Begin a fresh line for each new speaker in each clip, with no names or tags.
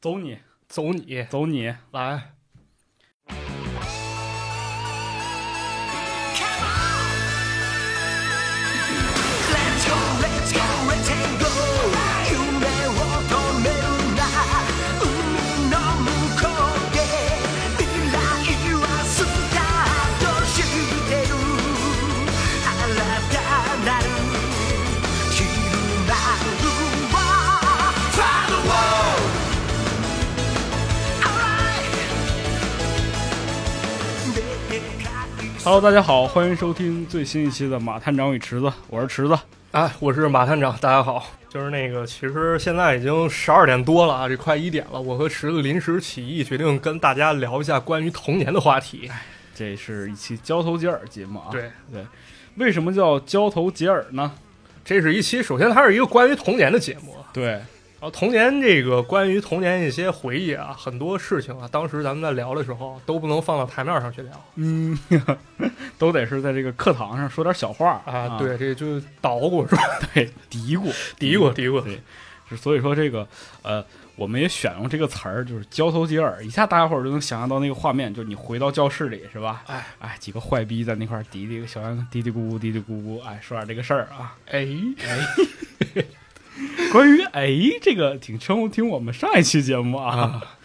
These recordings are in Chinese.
走你，
走你
走你，
来，
Let's go, let's go, let's go 夢を止めるな海の向こうで未来はスタートしてる新たなるヒルナルは Find the world! Alright!
Hello，大家好，欢迎收听最新一期的《马探长与池子》，我是池子。
哎，我是马探长，大家好。就是那个，其实现在已经十二点多了啊，这快一点了。我和池子临时起意，决定跟大家聊一下关于童年的话题。
这是一期交头接耳节目啊。，
对，
为什么叫交头接耳呢？
这是一期，首先它是一个关于童年的节目。
对，
然后童年这个关于童年一些回忆啊，很多事情啊，当时咱们在聊的时候都不能放到台面上去聊
嗯， 都得是在这个课堂上说点小话
啊。对，这就捣鼓是吧？
对，嘀咕
嘀咕嘀咕
嗯对。是所以说这个呃，我们也选用这个词儿，就是交头接耳，一下大家伙儿就能想象到那个画面，就是你回到教室里是吧？
哎
哎，几个坏逼在那块儿嘀嘀小样嘀嘀咕咕嘀嘀咕咕，哎，说点这个事儿啊。
哎，
关于哎这个，请全听我们上一期节目啊。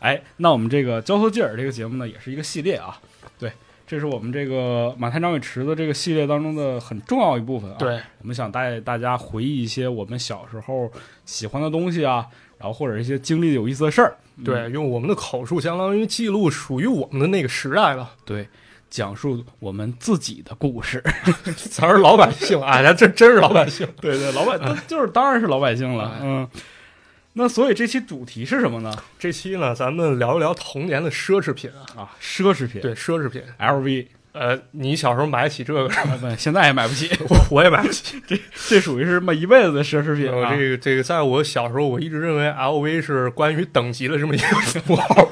哎，那我们这个交头接耳这个节目呢，也是一个系列啊。对，这是我们这个马探长与池子这个系列当中的很重要一部分啊。
对，
我们想带大家回忆一些我们小时候喜欢的东西啊，然后或者一些经历的有意思的事儿。嗯
对，用我们的口述相当于记录属于我们的那个时代了，
对，讲述我们自己的故事。
咱是老百姓，哎，咱这真是老百姓。
对对，老百那 就是当然是老百姓了。嗯，那所以这期主题是什么呢？
这期呢，咱们聊一聊童年的奢侈品啊，
啊，奢侈品。
对，奢侈品。
，LV，
呃，你小时候买得起这个，
啊不现在也买不起，
我我也买不起。
这属于是卖一辈子的奢侈品
我
啊。
这个这个，在我小时候，我一直认为 LV 是关于等级的这么一个符 号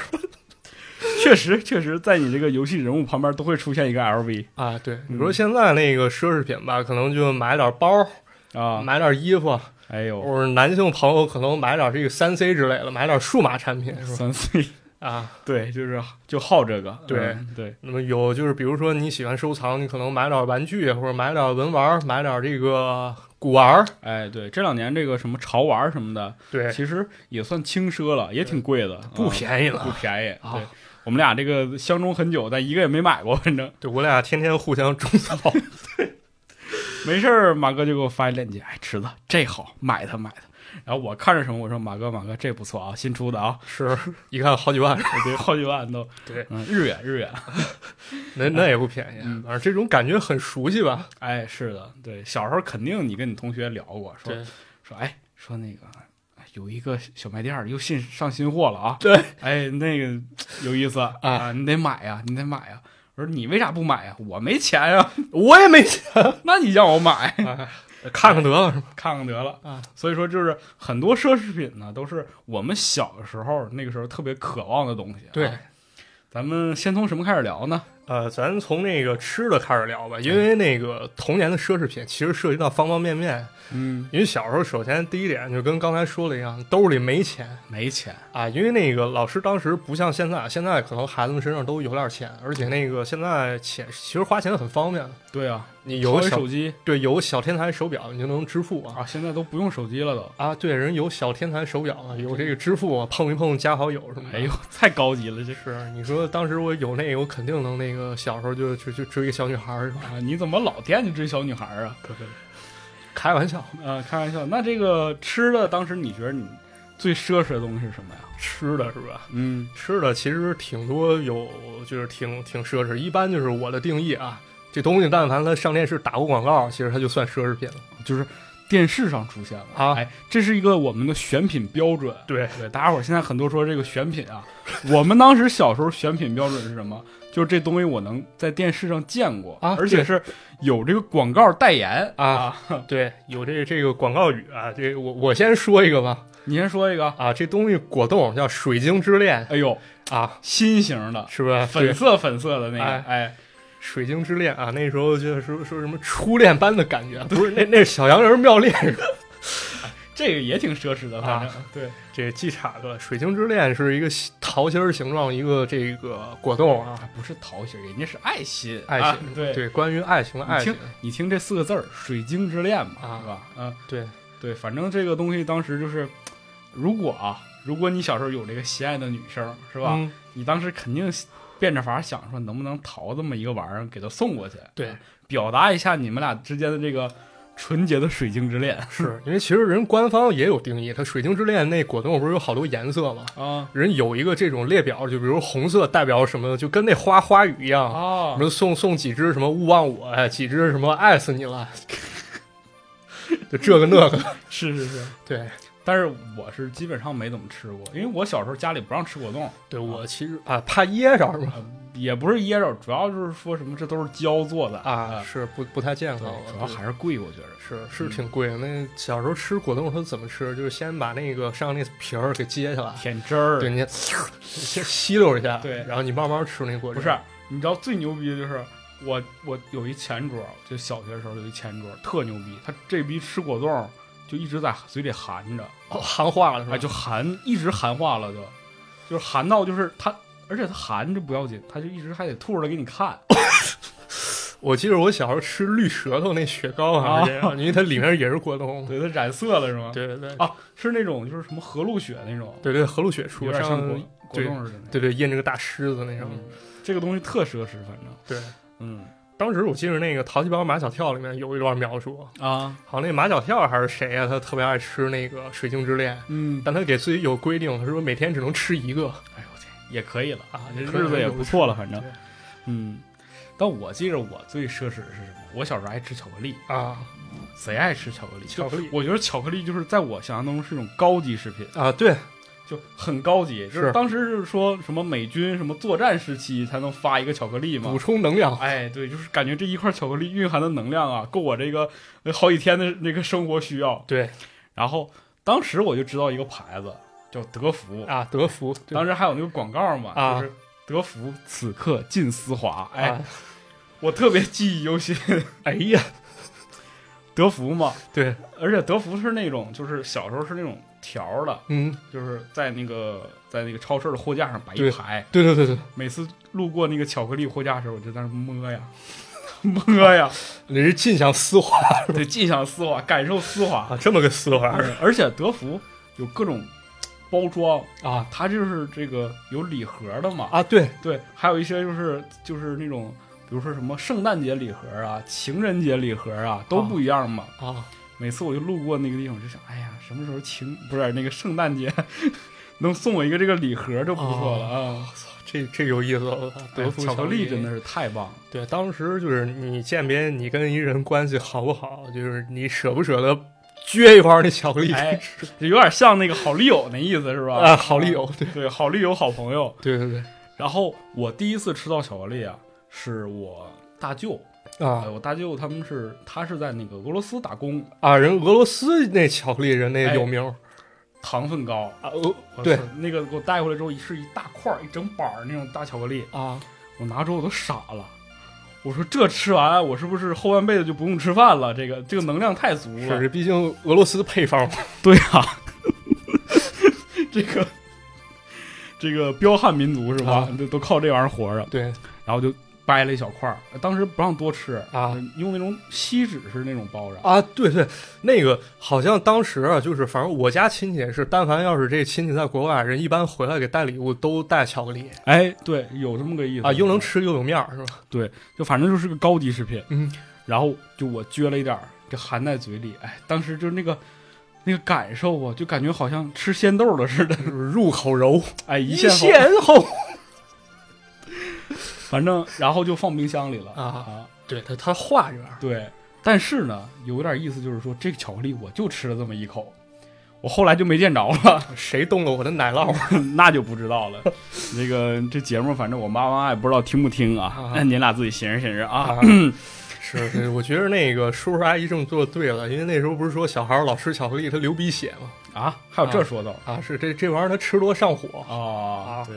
确实，确实，在你这个游戏人物旁边都会出现一个 LV
啊。对，你说现在那个奢侈品吧，可能就买点包，
啊。
买点衣服，
哎呦，
或者男性朋友可能买点这个三 C 之类的，买点数码产品是吧？
三 C，
啊，
对，就是就好这个。
对
嗯对，
那么有就是比如说你喜欢收藏，你可能买点玩具，或者买点文玩，买点这个古玩儿，
哎，对，这两年这个什么潮玩什么的，
对，
其实也算轻奢了，也挺贵的，
不
宜、
便宜了。
不便宜。
啊
对，我们俩这个相中很久，但一个也没买过，反正
对我俩天天互相种草，
没事儿。马哥就给我发一链接，哎，池子这好，买它买它。然后我看着什么，我说马哥马哥这不错啊，新出的啊，
是一看好几万，
我得好几万 都，
对
嗯，日元日元。
那那也不便宜，啊
嗯
反正这种感觉很熟悉吧？
哎，是的，对，小时候肯定你跟你同学聊过，说说哎说那个。哎有一个小卖店儿又新上新货了啊！
对，
哎，那个有意思啊你得买呀、你得买呀、我说你为啥不买呀、我没钱呀、
我也没钱，
那你让我买，
哎看看得了是吧？
看看得了
啊。
所以说，就是很多奢侈品呢，都是我们小的时候那个时候特别渴望的东西、啊
对，
咱们先从什么开始聊呢？
啊呃，咱从那个吃的开始聊吧，因为那个童年的奢侈品其实涉及到方方面面。
嗯，
因为小时候，首先第一点就跟刚才说的一样，兜里没钱
没钱，
啊。因为那个老师当时不像现在，现在可能孩子们身上都有点钱，而且那个现在钱其实花钱很方便，
对啊，
你
有
有
个
小
手机
对有小天才手表你就能支付啊。
啊，现在都不用手机了都。
啊，对，人有小天才手表啊，有这个支付啊，碰一碰加好友什么的。
哎呦，， 太高级了，这是
是你说当时我有那个，我肯定能那个小时候就就就追个小女孩儿是吧？
啊！你怎么老惦记追小女孩儿啊？
开玩笑，
呃，开玩笑。那这个吃的，当时你觉得你最奢侈的东西是什么呀？
吃的是吧？
嗯，
吃的其实挺多有，就是挺挺奢侈。一般就是我的定义啊，这东西但凡它上电视打过广告，其实它就算奢侈品了。
就是电视上出现了
啊
哎，这是一个我们的选品标准。
对，
对，大家伙儿现在很多说这个选品啊，我们当时小时候选品标准是什么？就是这东西我能在电视上见过
啊
而且
对
是有这个广告代言
啊对，有这这个广告语啊，这我我先说一个吧。
你先说一个，
啊，这东西果冻叫水晶之恋
哎呦，
啊，
新型的，
是不是？
粉色粉色的那个，
哎
哎，
水晶之恋啊，那时候就是说说什么初恋般的感觉，不是那那是小洋人妙恋是吧
这个也挺奢侈的，反正、对，
这记岔了，《水晶之恋》是一个桃心儿形状一个这个果冻啊，
啊不是桃心儿，人家是爱心，
爱
啊
情、
对。
对，关于爱情的爱
你
情
听，你听这四个字儿“水晶之恋”嘛，
啊
是吧？嗯、
对，
对，反正这个东西当时就是，如果啊，如果你小时候有这个心爱的女生，是吧？
嗯
你当时肯定变着法儿想说，能不能淘这么一个玩意儿给她送过去，
对，
表达一下你们俩之间的这个纯洁的水晶之恋
是因为其实人官方也有定义，它《水晶之恋》那果冻不是有好多颜色吗？
啊
人有一个这种列表，就比如红色代表什么，就跟那花花语一样，
啊
什么送送几只什么勿忘我呀，几只什么爱死你了， 就这个那个，
是是是，
对。
但是我是基本上没怎么吃过，因为我小时候家里不让吃果冻，
对我其实啊怕噎着是吧？
也不是噎着，主要就是说什么这都是胶做的
啊，是不不太健
对
康，，
主要还是嗯贵，我觉得
是是挺贵的。那小时候吃果冻的时候怎么吃？就是先把那个上那皮儿给揭下来，
舔汁儿，
对，你先先吸溜一下，
对
然后你慢慢吃那果汁。
不是，你知道最牛逼的就是我我有一前桌，就小学时候有一前桌，特牛逼，他这逼吃果冻就一直在嘴里含着，
哦行话了是吧？
哎，就含一直含化了就，就是含到就是他，而且他含着不要紧，他就一直还得吐出来给你看，
我记得我小时候吃绿舌头那雪糕好像是这样，因为它里面也是果冻。
啊对，他染色了是吗？
对对对
啊，是那种就是什么河路雪那种，
对对，河路雪出
有点像
上
果果
对
冻似的那种。
对对，印着个大狮子那上面。
嗯这个东西特奢侈，反正
对，
嗯
当时我记得那个《淘气包马小跳》里面有一段描述，
啊
好像那马小跳还是谁啊呀、他特别爱吃那个水晶之恋，
嗯，
但他给自己有规定，他说每天只能吃一个。
哎呦我天，也可以了
啊
这
也可以
日子也不错了，反正
对
嗯。但我记着我最奢侈的是什么？我小时候爱吃巧克力，
啊
贼爱吃巧克力。
巧克力
就我觉得巧克力就是在我想象当中是一种高级食品，
啊，对
就很高级。就是当时是说什么美军什么作战时期才能发一个巧克力嘛
补？充能量。
哎，对，就是感觉这一块巧克力蕴含的能量啊，够我这个呃好几天的那个生活需要。
对
然后当时我就知道一个牌子叫德芙，
啊，德芙
当时还有那个广告嘛，
啊
就是德芙此刻尽丝滑。哎，
啊
我特别记忆犹新，
哎呀，
德芙嘛，
对，
而且德芙是那种就是小时候是那种条儿的，
嗯，
就是在那个在那个超市的货架上摆一
对
排，
对对对对，
每次路过那个巧克力货架的时候，我就在那摸呀。 摸呀，
你是尽想丝滑
得尽享丝滑，感受丝滑。
啊，这么个丝滑
而而且德芙有各种包装，
啊
它就是这个有礼盒的嘛，
啊，对
对，还有一些就是就是那种，比如说什么圣诞节礼盒啊、情人节礼盒啊，都不一样嘛。
啊，
每次我就路过那个地方，我就想，哎呀，什么时候情不是那个圣诞节 能送我一个这个礼盒就不错了啊！
这这有意思了，
德
德
芙
芙
巧克力真的
是。
是太棒了，
对，当时就是你鉴别你跟一人关系好不好，就是你舍不舍得撅一块儿那巧克力
哎，这有点像那个好丽友那意思是吧？
啊，好丽友，对
对，好丽友好朋友。
对对
然后我第一次吃到巧克力啊，是我大舅，
对
呃
啊
我大舅他们是他是在那个俄罗斯打工，
啊，人俄罗斯那巧克力人那有名儿
糖分高，
哎啊，俄
我
对
是那个给我带回来之后是一大块儿一整板儿那种大巧克力，
啊，
我拿着我都傻了。我说这吃完，我是不是后半辈子就不用吃饭了？这个这个能量太足了。
是毕竟俄罗斯配方
对啊， 这个这个彪悍民族是吧
啊？
都、都靠这玩意儿活着。
对
然后就掰了一小块儿，当时不让多吃呃
啊，
用那种锡纸是那种包着。
啊，对对，那个好像当时啊，就是反正我家亲戚也是，但凡要是这亲戚在国外，人一般回来给带礼物都带巧克力
哎，对，有这么个意思
啊，又能，吃又有面儿，是吧？
就反正就是个高级食品。
嗯，
然后就我撅了一点儿，就含在嘴里，哎，当时就是那个那个感受啊，就感觉好像吃鲜豆了似的，
入口柔，
哎，一
一
现后，
线后。
反正然后就放冰箱里了
啊对他，他化这
对，但是呢，有点意思就是说，这个巧克力我就吃了这么一口，我后来就没见着了。
谁动了我的奶酪？
那就不知道了。那个这节目，反正我妈妈也不知道听不听啊，
啊
您俩自己寻思寻思 啊。
是，是我觉得那个叔叔阿姨这么做对了，因为那时候不是说小孩儿老吃巧克力他流鼻血嘛？
啊，还有这说道
啊，是这这玩意儿他吃多上火。
啊
啊
对，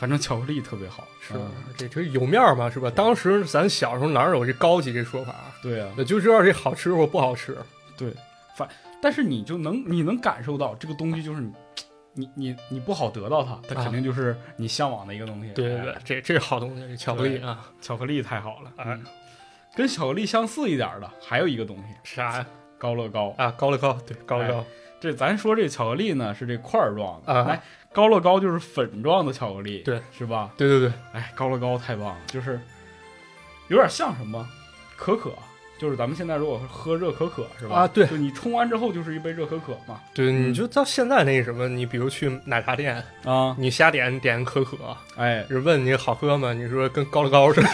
反正巧克力特别好，
是
嗯，
这这有面儿嘛，是吧？当时咱小时候哪有这高级这说法？
对啊，
那就知道这好吃或不好吃。
对，反但是你就能你能感受到这个东西就是你。你你你不好得到它，它
啊
肯定就是你向往的一个东西。
对对对
哎，
这这是好东西，这巧克力啊，
巧克力太好了，
哎
嗯，跟巧克力相似一点的还有一个东西，
啥呀？哎
高乐高。
啊，高乐高，对，高乐高，
这咱说这巧克力呢是这块儿状的，
啊
哎，高乐高就是粉状的巧克力，
对，
是吧？
对对对，
哎，高乐高太棒了，就是有点像什么可可，就是咱们现在如果喝热可可是吧？
啊对
就你冲完之后就是一杯热可可嘛。
对，
嗯
你就到现在那什么，你比如去奶茶店，
啊，
你瞎点点可可，
哎，
人问你好喝吗？你说跟高乐高似的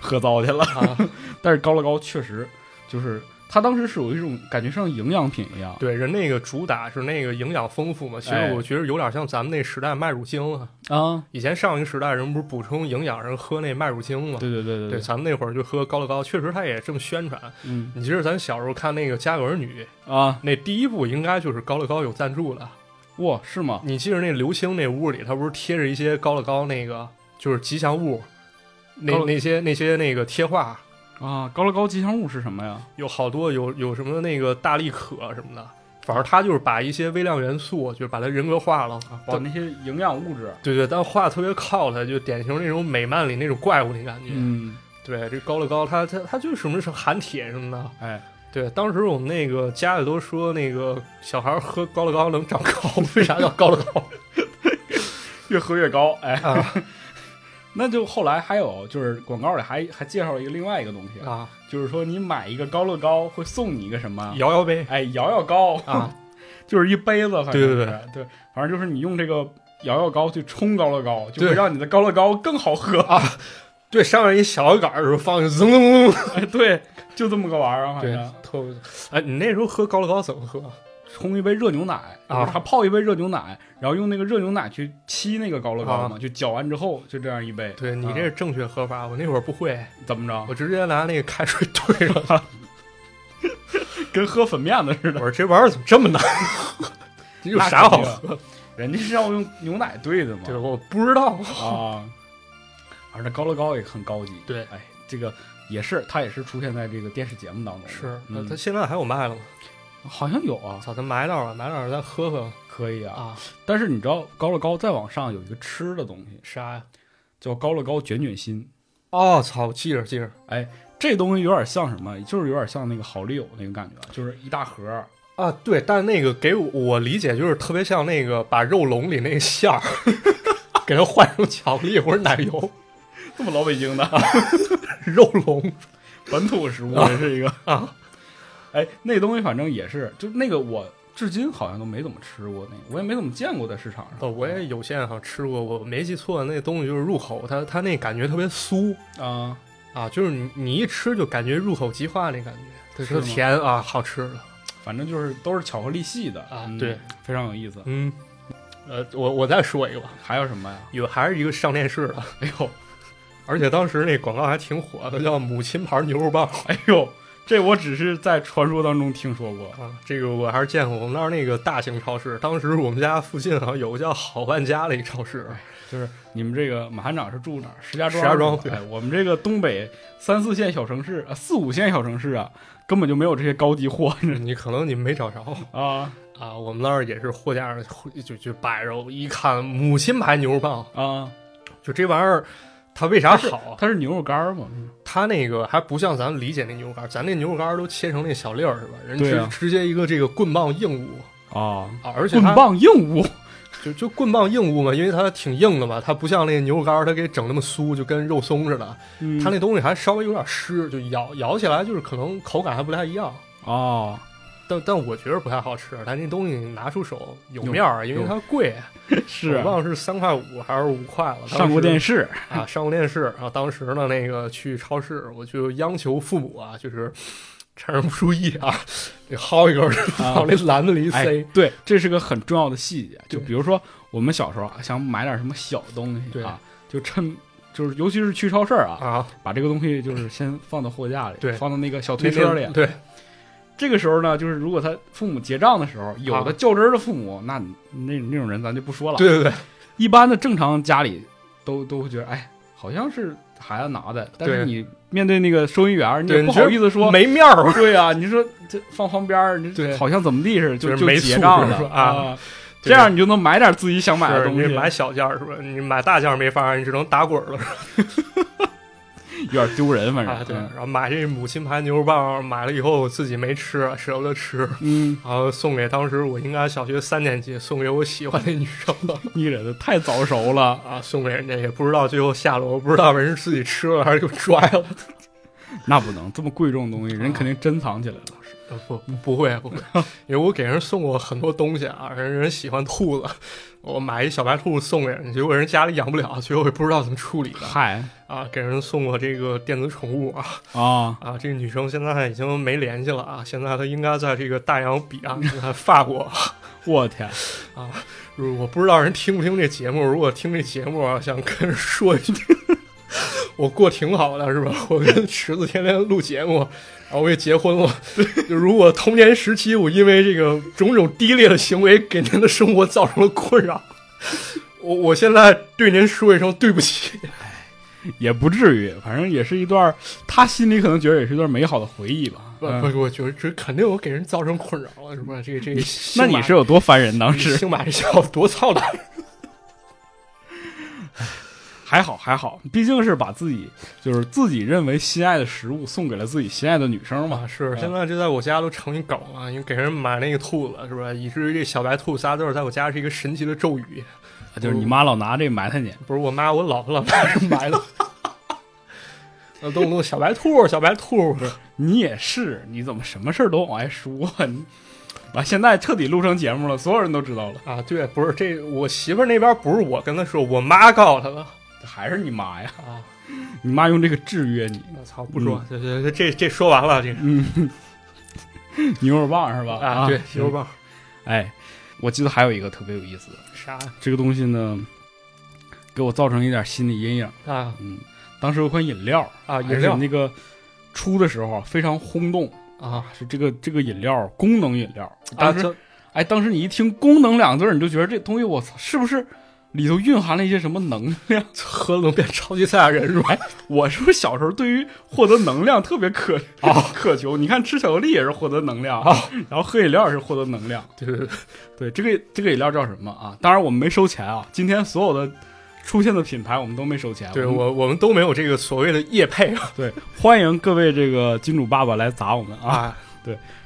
喝糟去了。
啊，
但是高乐高确实就是它当时是有一种感觉像营养品一样，
对，人那个主打是那个营养丰富嘛，其
哎
实我觉得有点像咱们那时代麦乳精啊，
啊，
以前上一个时代人不是补充营养，人喝那麦乳精嘛。
对对对对
对，，咱们那会儿就喝高乐高，确实他也这么宣传。
嗯
你记得咱小时候看那个《家有儿女》，
啊，
那第一部应该就是高乐高有赞助的。
哇，是吗？
你记着那刘星那屋里，他不是贴着一些高乐高那个就是吉祥物，那
高乐
那些那些那个贴画，
啊，高乐高吉祥物是什么呀？
有好多有有什么那个大力可什么的，反正他就是把一些微量元素，就是把它人格化了。
把啊那些营养物质，
对对，但画得特别靠它，就典型那种美漫里那种怪物那感觉。
嗯，
对，这高乐高他他他就是什么是含铁什么的。
哎，
对，当时我们那个家里都说那个小孩喝高乐高能长高， 为啥叫高乐高？
越喝越高，哎，
啊
那就后来还有就是广告里还还介绍了一个另外一个东西，
啊，
就是说你买一个高乐高会送你一个什么？
摇摇杯
哎，摇摇高，
啊，
就是一杯子，反正是
对对
对，反正就是你用这个摇摇高去冲高乐高，就会
对啊
让你的高乐高更好喝。
对，上面一小摇杆儿的时候放去，噌噌噌。
哎，对，就这么个玩意儿，反
对
正，
特别哎，你那时候喝高乐高怎么喝？
冲一杯热牛奶
啊
还泡一杯热牛奶，然后用那个热牛奶去沏那个高乐高嘛，就搅完之后就这样一杯。
啊对你
啊
这是正确喝法，我那会儿不会，
怎么着？
我直接拿那个开水兑上它。
跟喝粉面子似
啊
的，
我说这玩意儿怎么这么 难喝？你有啥好喝？
人家是要用牛奶兑的嘛。
对，我不知道。
啊，而且高乐高也很高级。
对
哎，这个也是，它也是出现在这个电视节目当中的。
是，那
嗯
它现在还有卖了吗？
好像有啊，
操，咱买点儿吧，买点儿咱喝喝
可以啊。
啊。
但是你知道高乐高再往上有一个吃的东西，
啥呀？
叫高乐高卷卷心。
哦，操，记着记着
这东西有点像什么？就是有点像那个好丽友那个感觉，就是一大盒儿。
啊。对，但那个给我我理解就是特别像那个把肉笼里那个馅儿， 给它换成巧克力或者奶油
这么老北京 的
肉笼
本土食物，
啊
也是一个。
啊。
哎，那东西反正也是，就那个我至今好像都没怎么吃过，那个我也没怎么见过在市场
呃，
上。
我也有限哈吃过，我没记错，那东西就是入口，它它那感觉特别酥
啊，
啊，就是你你一吃就感觉入口即化那感觉，
是吗
特甜啊，好吃的，
反正就是都是巧克力系的
啊
嗯
对，
非常有意思。
嗯，呃，我我再说一个吧，
还有什么呀？
有还是一个上电视的，
哎呦，
而且当时那广告还挺火的，叫母亲牌牛肉棒
哎呦， 这我只是在传说当中听说过。
啊，这个我还是见过，我们那儿那个大型超市，当时我们家附近好像有个叫好万家的一超市，
就是你们这个马汉长是住哪儿？石家庄。
石家庄对
哎，我们这个东北三四线小城市、呃四五线小城市啊，根本就没有这些高级货
你可能你没找着
啊
啊，我们那儿也是货架上就就摆着，一看母亲牌牛肉棒。
啊！
就这玩意儿，它为啥好啊？
它是牛肉干儿嘛？
它那个还不像咱理解那牛肉干儿，咱那牛肉干儿都切成那小粒儿是吧？人
对
直、
啊
直接一个这个棍棒硬物
啊，
啊，而且
棍
它
棒硬物
就就棍棒硬物嘛，因为它挺硬的嘛，它不像那牛肉干儿，它给整那么酥，就跟肉松似的。
嗯
它那东西还稍微有点湿，就咬咬起来就是可能口感还不太一样。
哦，
但但我觉得不太好吃，它那东西拿出手有
有
面儿，因为
有
它贵，
是啊
我忘了是三块五还是五块了。
上过
电视。
电视
啊，上过电视。然后当时呢，那个去超市，我就央求父母啊，就是趁人不注意啊，得薅一根儿
啊
往那篮子里一
哎
塞。，
对，这是个很重要的细节。就
对
比如说我们小时候啊，想买点什么小东西
对
啊，就趁就是尤其是去超市啊，
啊，
把这个东西就是先放到货架里，
对
放到那个小推
那
车
边
里。啊
对
这个时候呢，就是如果他父母结账的时候，有的
啊
较真儿的父母，那你那那种人咱就不说了。，
对对对
一般的正常家里都都会觉得，哎，好像是孩子拿的，但是
对
你面对那个收银员儿，你也
对，
不
你觉
好
得
意思说
没面儿。
对啊，你说这放旁边儿，你
对
好像怎么地似的，
就
就是就
没
结
素
账
质
了
是吧
啊。这
对
样你就能买点自己想买的
是
东西，
你 买小件儿是吧？你买大件儿没法儿，你只能打滚儿了是吧？
有点丢人，反
啊，对。
正
然后买这母亲牌牛肉棒，买了以后自己没吃，舍不得吃，
嗯，
然后送给当时我应该小学三年级，送给我喜欢的女生的
你这都太早熟了，
啊，送给人家也不知道最后下落，不知道人是自己吃了还是给拽 了。
那不能这么贵重的东西，人肯定珍藏起来了。
呃不不会不会，因为我给人送过很多东西啊，人人喜欢兔子，我买一小白兔送给人，结果人家里养不了，最后也不知道怎么处理 的
嗨
啊，给人送过这个电子宠物啊
啊，
啊，这个女生现在已经没联系了啊，现在她应该在这个大洋彼岸，在法国。
我天，
如我不知道人听不听这节目，如果听这节目啊，想跟人说一 句，我过挺好的是吧？ 我跟池子天天录节目，然后我也结婚了。 就如果童年时期我因为这个种种低劣的行为给您的生活造成了困扰， 我我现在对您说一声对不起。
也不至于，反正也是一段儿，他心里可能觉得也是一段美好的回忆吧。
不
嗯
不，我觉得这肯定我给人造成困扰了，是吧？这个这个姓
那
马，
你是有多烦人？当时
姓马这小子多操蛋！
还好还好，毕竟是把自己就是自己认为心爱的食物送给了自己心爱的女生嘛
啊，。是
嗯
现在就在我家都成一梗了，因为给人买那个兔子是吧？以至于这小白兔仨字儿在我家是一个神奇的咒语，
啊就是你妈老拿这埋汰你，
不是我妈我老婆老妈是买的， 呃，动不动小白兔小白兔，
你也是，你怎么什么事儿都往外说？你完、现在彻底录成节目了，所有人都知道了，
啊，对，不是这我媳妇儿那边不是我跟她说，我妈告诉她的
还是你妈呀？
啊，
你妈用这个制约你，
我操，不说，
嗯
这这这这说完了这个
牛肉棒是吧？
啊，对，牛肉棒
哎，我记得还有一个特别有意思的，
啥
这个东西呢，给我造成一点心理阴影。
啊
嗯，当时有款饮料
啊
还
饮
是
料
那个出的时候非常轰动，
啊
是这个这个饮料功能饮料。
啊
当时、
这
哎，当时你一听“功能”两个字儿，你就觉得这东西我操，是不是里头蕴含了一些什么能量？ 哎
喝了能变超级赛亚人是吧？
我是不是小时候对于获得能量特别 渴
哦
啊渴求？你看吃巧克力也是获得能量
啊，
然后喝饮料也是获得能量。
对对对，
对，这个这个饮料叫什么啊？当然我们没收钱啊，今天所有的出现的品牌我们都没收钱。
对
啊我们
我我们都没有这个所谓的夜配啊
对欢迎各位这个金主爸爸来砸我们啊！
啊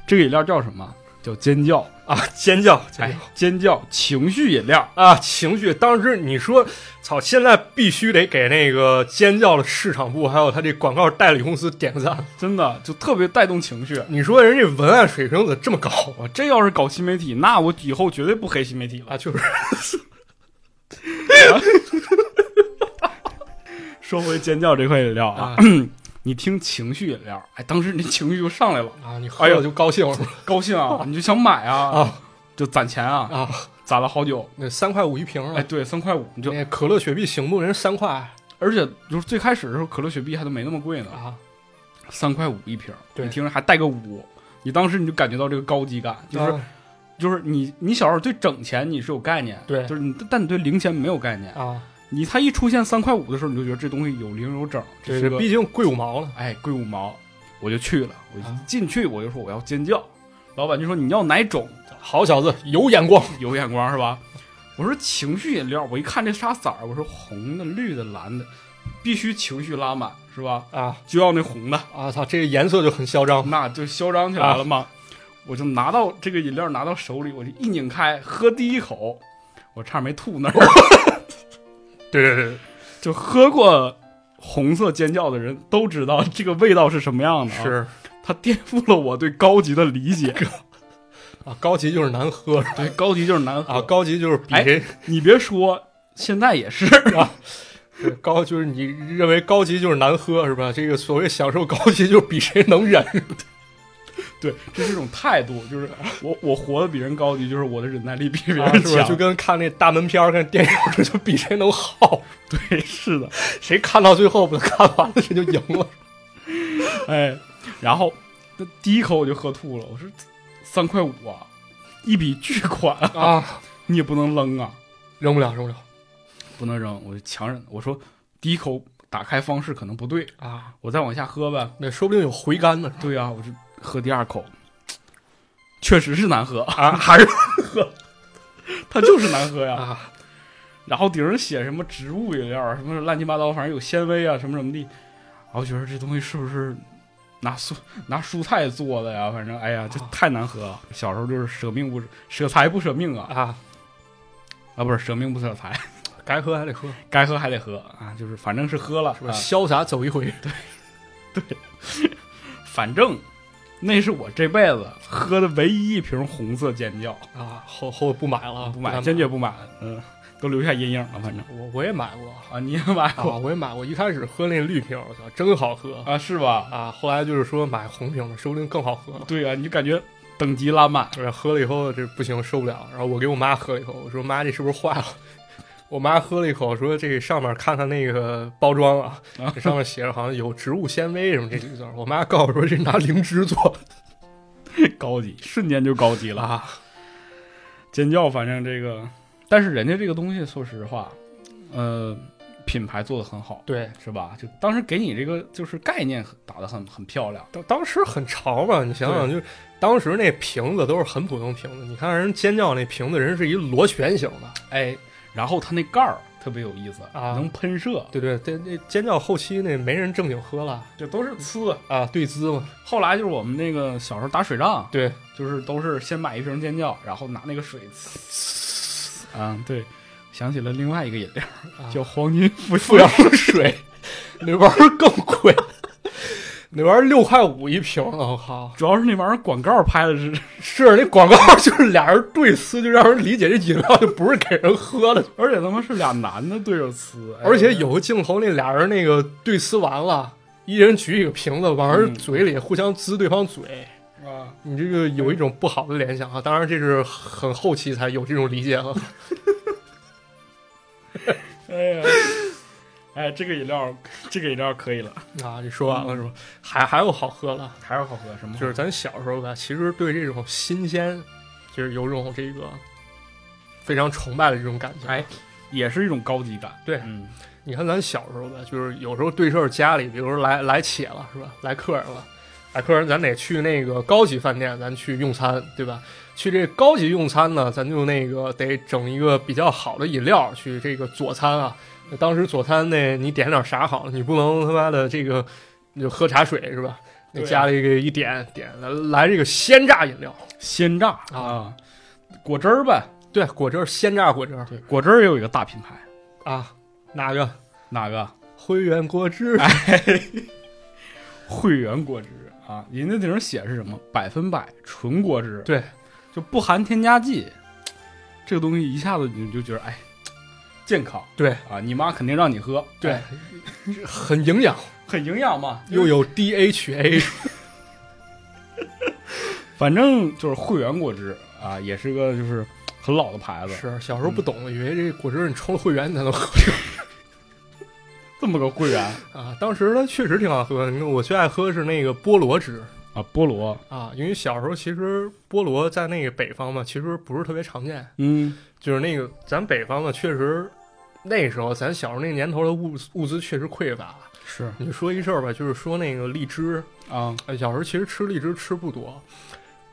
这个饮料叫什么？叫尖叫，
啊，尖叫尖
哎
叫。，
尖叫情绪饮料。
啊，情绪。当时你说，操，现在必须得给那个尖叫的市场部，还有他这广告代理公司点个赞。
真的就特别带动情绪。
你说人家文案水平怎么这么高
我这要是搞新媒体，那我以后绝对不黑新媒体了。
啊？就是
说回尖叫这块饮料啊
啊，
你听情绪饮料，哎，当时你情绪就上来了，
啊，你喝了就高兴是吧？
高兴啊，你就想买啊，
啊
就攒钱啊，
啊，
攒了好久。
那三块五一瓶
哎，
啊，
对，三块五，你就
那可乐雪碧醒目人三块
而且就是最开始的时候，可乐雪碧还都没那么贵呢，
啊，
三块五一瓶，
对
你听着还带个五，你当时你就感觉到这个高级感，就是
啊
就是你你小时候对整钱你是有概念，
对
就是你但你对零钱没有概念，
啊，
你它一出现三块五的时候，你就觉得这东西有零有整，这
对，
是
这
个
毕竟贵五毛了
哎贵五毛，我就去了，我
啊
一进去我就说我要尖叫，老板就说你要哪种，
好小子有眼光
有眼光是吧？我说情绪饮料，我一看这仨色儿，我说红的、绿的、蓝的，必须情绪拉满是吧？
啊
就要那红的，
啊！操，这个颜色就很嚣张
那就嚣张起来了嘛。我就拿到这个饮料拿到手里，我就一拧开喝第一口，我差点没吐那儿。
对对对，
就喝过红色尖叫的人都知道这个味道是什么样的、啊，
是
它颠覆了我对高级的理解。
啊，高级就是难喝
对，高级就是难喝。
啊，高级就是比
哎
这
你别说，现在也是。
对，高就是你认为高级就是难喝是吧？这个所谓享受高级就是比谁能忍。
对，这是一种态度，就是我我活得比人高级，就是我的忍耐力比别
啊
人
是吧？
强。
就跟看那大门片儿、看电影儿，就比谁能耗，
对，是的，
谁看到最后不能看完了谁就赢了。
哎，然后那第一口我就喝吐了，我说三块五啊，一笔巨款啊，
啊，
你也不能扔啊，
扔不了，扔不了。
不能扔，我就强忍。我说第一口打开方式可能不对，
啊，
我再往下喝呗。
那说不定有回甘呢。
对啊，我就喝第二口，确实是难喝
啊
还是难喝，它就是难喝呀。
啊，
然后顶上写什么植物饮料啊，什么乱七八糟，反正有纤维啊，什么什么的。然后觉得这东西是不是拿蔬拿蔬菜做的呀？反正哎呀，
啊
这太难喝了。小时候就是舍命不舍财不舍命啊
啊，
啊，不是舍命不舍财，
该喝还得喝，
该喝还得喝啊，就是反正是喝了，
是吧？
啊
潇洒走一回，
反正那是我这辈子喝的唯一一瓶红色尖叫，
啊，后后啊不买了，
不买，
敢
坚决不买，嗯，都留下阴影了，反正
我我也买过
啊，你也买
啊，
过
我也买过。一开始喝那绿瓶，我操，真好喝
啊，是吧？
啊！后来就是说买红瓶的，说不定更好喝了。
对啊，你就感觉等级拉满，
对，喝了以后这不行，受不了。然后我给我妈喝了一口，我说妈，这是不是坏了？我妈喝了一口，说这上面看看那个包装啊，
啊
这上面写着好像有植物纤维什么这几个字儿。我妈告诉我说这拿灵芝做
高级，瞬间就高级
的
了。
啊，
尖叫，反正这个，但是人家这个东西，说实话，呃，品牌做的很好，
对，
是吧？就当时给你这个就是概念很打的很很漂亮，
当当时很潮嘛，你想想，就当时那瓶子都是很普通瓶子。你看人尖叫那瓶子，人是一螺旋形的，
哎，然后它那盖儿特别有意思
啊
能喷射，
对对，这那尖叫后期那没人正经喝了
这都是呲。
啊，对资嘛，
后来就是我们那个小时候打水仗，
对，
就是都是先买一瓶尖叫，然后拿那个水呲，啊，对，想起了另外一个饮料、
啊
叫黄金富
富阳水， 那玩意儿更贵， 那玩意儿六块五一瓶啊！我靠，
主要是那玩意儿广告拍的 是
是那广告就是俩人对撕，就让人理解这饮料就不是给人喝的。
而且他妈是俩男的对着呲，哎
而且有个镜头，那俩人那个对撕完了，一人举一个瓶子往
嗯
人嘴里互相滋对方嘴。
啊，
你这个有一种不好的联想啊，当然这是很后期才有这种理解 了。
哎呀， 哎，这个饮料，这个饮料可以了，
啊，这说完了是吧？还还有好喝的，
还是好喝，什么
就是咱小时候吧，其实对这种新鲜，就是有种这个非常崇拜的这种感觉。
哎，也是一种高级感，
对
嗯，
你看咱小时候吧，就是有时候对事儿家里，比如说来来且了是吧？来客人了，来客人咱得去那个高级饭店，咱去用餐，对吧？去这高级用餐呢，咱就那个得整一个比较好的饮料去这个佐餐啊。那当时佐餐那你点点啥好？你不能他妈的这个你就喝茶水是吧？那
对啊
家里给一点点来来这个鲜榨饮料，
鲜榨
啊
啊，果汁儿呗，
对，果汁儿鲜榨果汁儿
对，果汁儿也有一个大品牌，
啊，哪个？
哪个？
辉源果汁
哎汇源果汁啊，人家顶上写是什么？百分百纯果汁，
对，
就不含添加剂，这个东西一下子你就觉得哎，健康
对
啊，你妈肯定让你喝，
对
哎，
很营养，
很营养嘛，
又有 DHA
反正就是汇源果汁啊，也是个就是很老的牌子，
是小时候不懂，以为这果汁儿你充了会员你才能喝
这么个汇源啊
啊。当时它确实挺好喝，你看我最爱喝是那个菠萝汁
菠萝，
啊，因为小时候其实菠萝在那个北方嘛，其实不是特别常见，
嗯，
就是那个咱北方嘛，确实那时候咱小时候那年头的物物资确实匮乏。
是
你说一事儿吧，就是说那个荔枝，
啊，
呃小时候其实吃荔枝吃不多。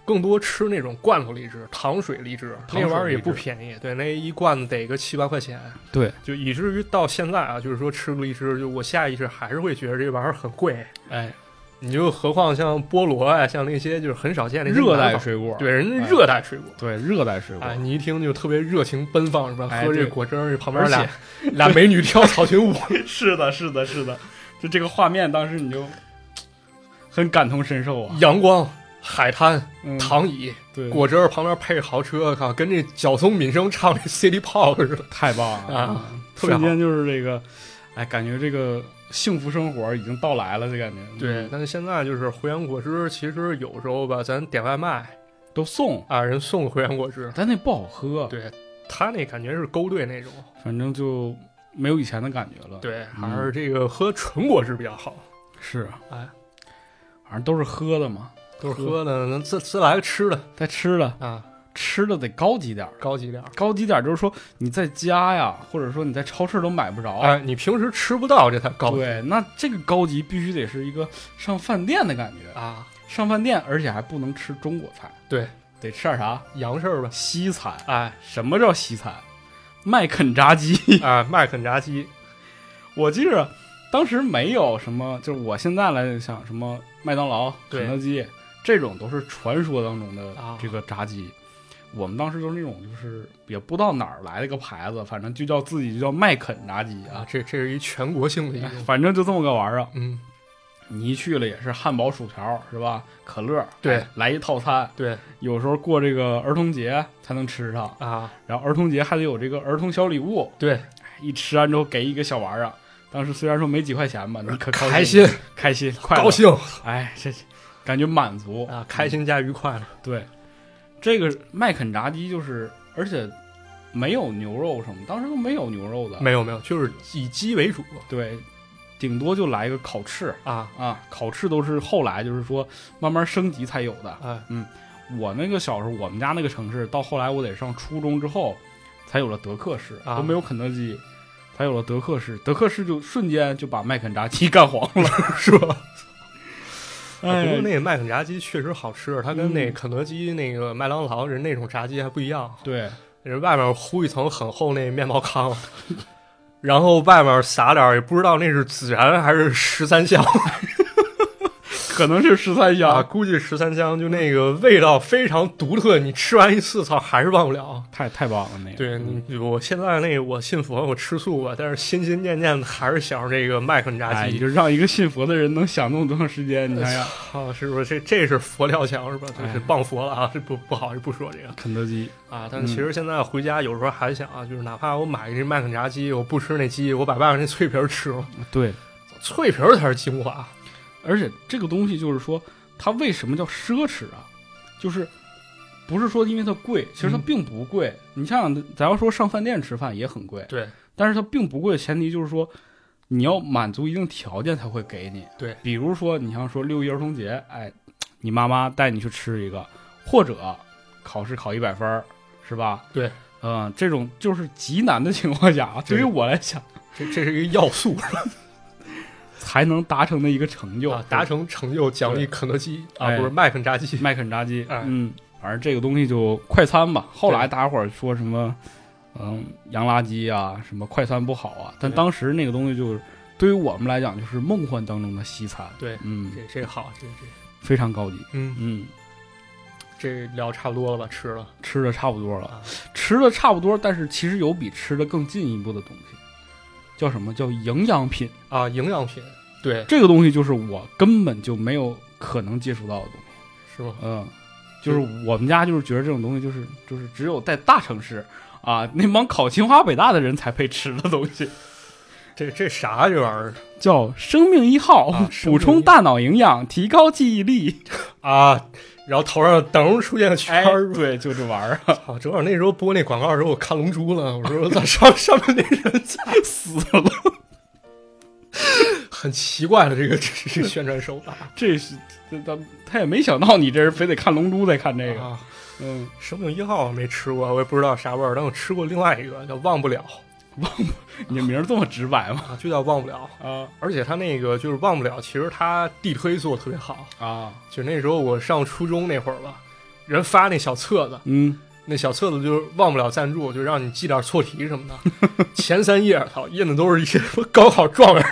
更多吃那种罐头荔枝、糖水荔枝，
糖水
那玩意儿也
荔枝
不便宜，对，那一罐子得个七八块钱。
对，
就以至于到现在啊，就是说吃荔枝，就我下意识还是会觉得这玩意儿很贵。
哎，
你就何况像菠萝啊，像那些就是很少见的
热带，水果，
对，人家热带哎水果。
对，热带水果
哎，，你一听就特别热情奔放是吧？
哎
喝这
对
果汁儿，旁边
而
俩
且
俩美女跳草裙舞，
是的，是的，是的，就这个画面，当时你就很感同身受啊，
阳光、海滩、
嗯
躺椅、
对，
果汁儿旁边配豪车，靠，跟这角松敏生唱这 City Pop 似的。
太棒了
啊，特别好
瞬间就是这个，哎，感觉这个幸福生活已经到来了，这感觉，
对，，但是现在就是回阳果汁，其实有时候吧，咱点外卖
都送，
啊，人送回阳果汁，
但那不好喝，
对他那感觉是勾兑那种。
反正就没有以前的感觉了，，
对，还是这个喝纯果汁比较好。
是啊，
哎，
反正都是喝的嘛，
都是喝的，咱自自来个吃的
再吃的。
啊，
吃的得高级点儿。
高级点儿。
高级点儿就是说你在家呀，或者说你在超市都买不着。
哎，你平时吃不到，这才高级
对，那这个高级必须得是一个上饭店的感觉，
啊！
上饭店而且还不能吃中国菜，
对，
得吃点啥
洋事儿呗。
西餐。
哎
什么叫西餐？麦肯炸鸡。
哎，麦肯炸鸡
我记着当时没有什么，就是我现在来想什么麦当劳、
对
肯德基这种都是传说当中的
啊
这个炸鸡。我们当时都是那种，就是也不知道哪儿来的一个牌子，反正就叫自己就叫麦肯炸鸡
啊
啊，，
这这是一全国性的一
哎
个，
反正就这么个玩意儿。
嗯，
你一去了也是汉堡、薯条是吧？可乐，
对
哎来一套餐。
对
有时候过这个儿童节才能吃上，
啊，
然后儿童节还得有这个儿童小礼物，哎
对，
一吃完之后给一个小玩意儿。当时虽然说没几块钱吧，你可高
开心
开心快乐
高，兴
哎，这感觉满足嗯
啊，开。心加愉快了
对，这个麦肯炸鸡就是，而且没有牛肉什么，当时都没有牛肉的，
没有没有，就是以鸡为主
对，顶多就来一个烤翅
啊，
啊，烤翅都是后来就是说慢慢升级才有的。
哎
我那个小时候，我们家那个城市，到后来我得上初中之后，才有了德克士，
啊
都没有肯德基，才有了德克士。德克士就瞬间就把麦肯炸鸡干黄了，
是吧？不
哎
过那个麦肯炸鸡确实好吃，它跟那
嗯
肯德基、那个麦当劳人那种炸鸡还不一样，
对，
人外面糊一层很厚那面包糠， 然后外面撒点儿也不知道那是孜然还是十三 香
可能是十三香
啊，估计十三香就那个味道非常独特，你吃完一次操还是忘不了。
太太棒了那个。
对，
嗯
你我现在那个我信佛，我吃素吧，但是心心念念的还是想着这个麦肯炸
哎，你
鸡。
就让一个信佛的人能想那么多长时间？你看看
啊，是不是这这是佛跳墙是吧？这是谤佛了啊！这不不好，这不说这个
肯德基，
啊。但是其实现在回家有时候还想啊，就是哪怕我买这麦肯炸鸡，我不吃那鸡，我把外面那脆皮儿吃了，
对，
脆皮儿才是精华。啊
而且这个东西就是说，它为什么叫奢侈啊？就是不是说因为它贵，其实它
嗯
并不贵。你想想，咱要说上饭店吃饭也很贵，
对
但是它并不贵，前提就是说你要满足一定条件才会给你。
对，
比如说你像说六一儿童节，哎，你妈妈带你去吃一个，或者考试考一百分儿，是吧？
对，
嗯、这种就是极难的情况下啊，对于我来讲
这这是一个要素
才能达成的一个成就，
啊，达成成就奖励肯德基啊，
哎
不是麦肯炸鸡。
麦肯炸鸡，
哎
嗯，反正这个东西就快餐吧。后来大家伙儿说什么，嗯，洋垃圾啊，什么快餐不好啊，但
对
当时那个东西就是对于我们来讲就是梦幻当中的西餐，
对
嗯，
这这好，这这
非常高级，
嗯，
嗯，
这聊差不多了吧？吃了
吃的差不多了
啊，
吃的差不多，但是其实有比吃的更进一步的东西，叫什么叫营养品？
啊，营养品对
这个东西就是我根本就没有可能接触到的东西，
是吗？
嗯。就是我们家就是觉得这种东西就是就是只有在大城市啊， 那帮考清华北大的人才配吃的东西，
这这啥这玩意儿
叫生命一号，
啊生
补
命
充大脑营养，提高记忆力。
啊？然后头上噔出现个圈
哎
儿，，
对，就这玩意儿，
操！啊正好那时候播那广告的时候，我看《龙珠》了，我说咱上上面那人
死了。
很奇怪的这个这这宣传手法。
这是这他他也没想到你这人非得看《龙珠》再看这个，
啊，
嗯，
生命一号没吃过，我也不知道啥味儿，但我吃过另外一个叫忘不了
你名儿这么直白吗？
啊，就叫忘不了。
啊
而且他那个就是忘不了，其实他地推做的特别好。
啊，
就那时候我上初中那会儿吧，人发那小册子，
嗯，
那小册子就是忘不了赞助，就让你记点错题什么的。 前三页，操，印的都是一些什么高考状元，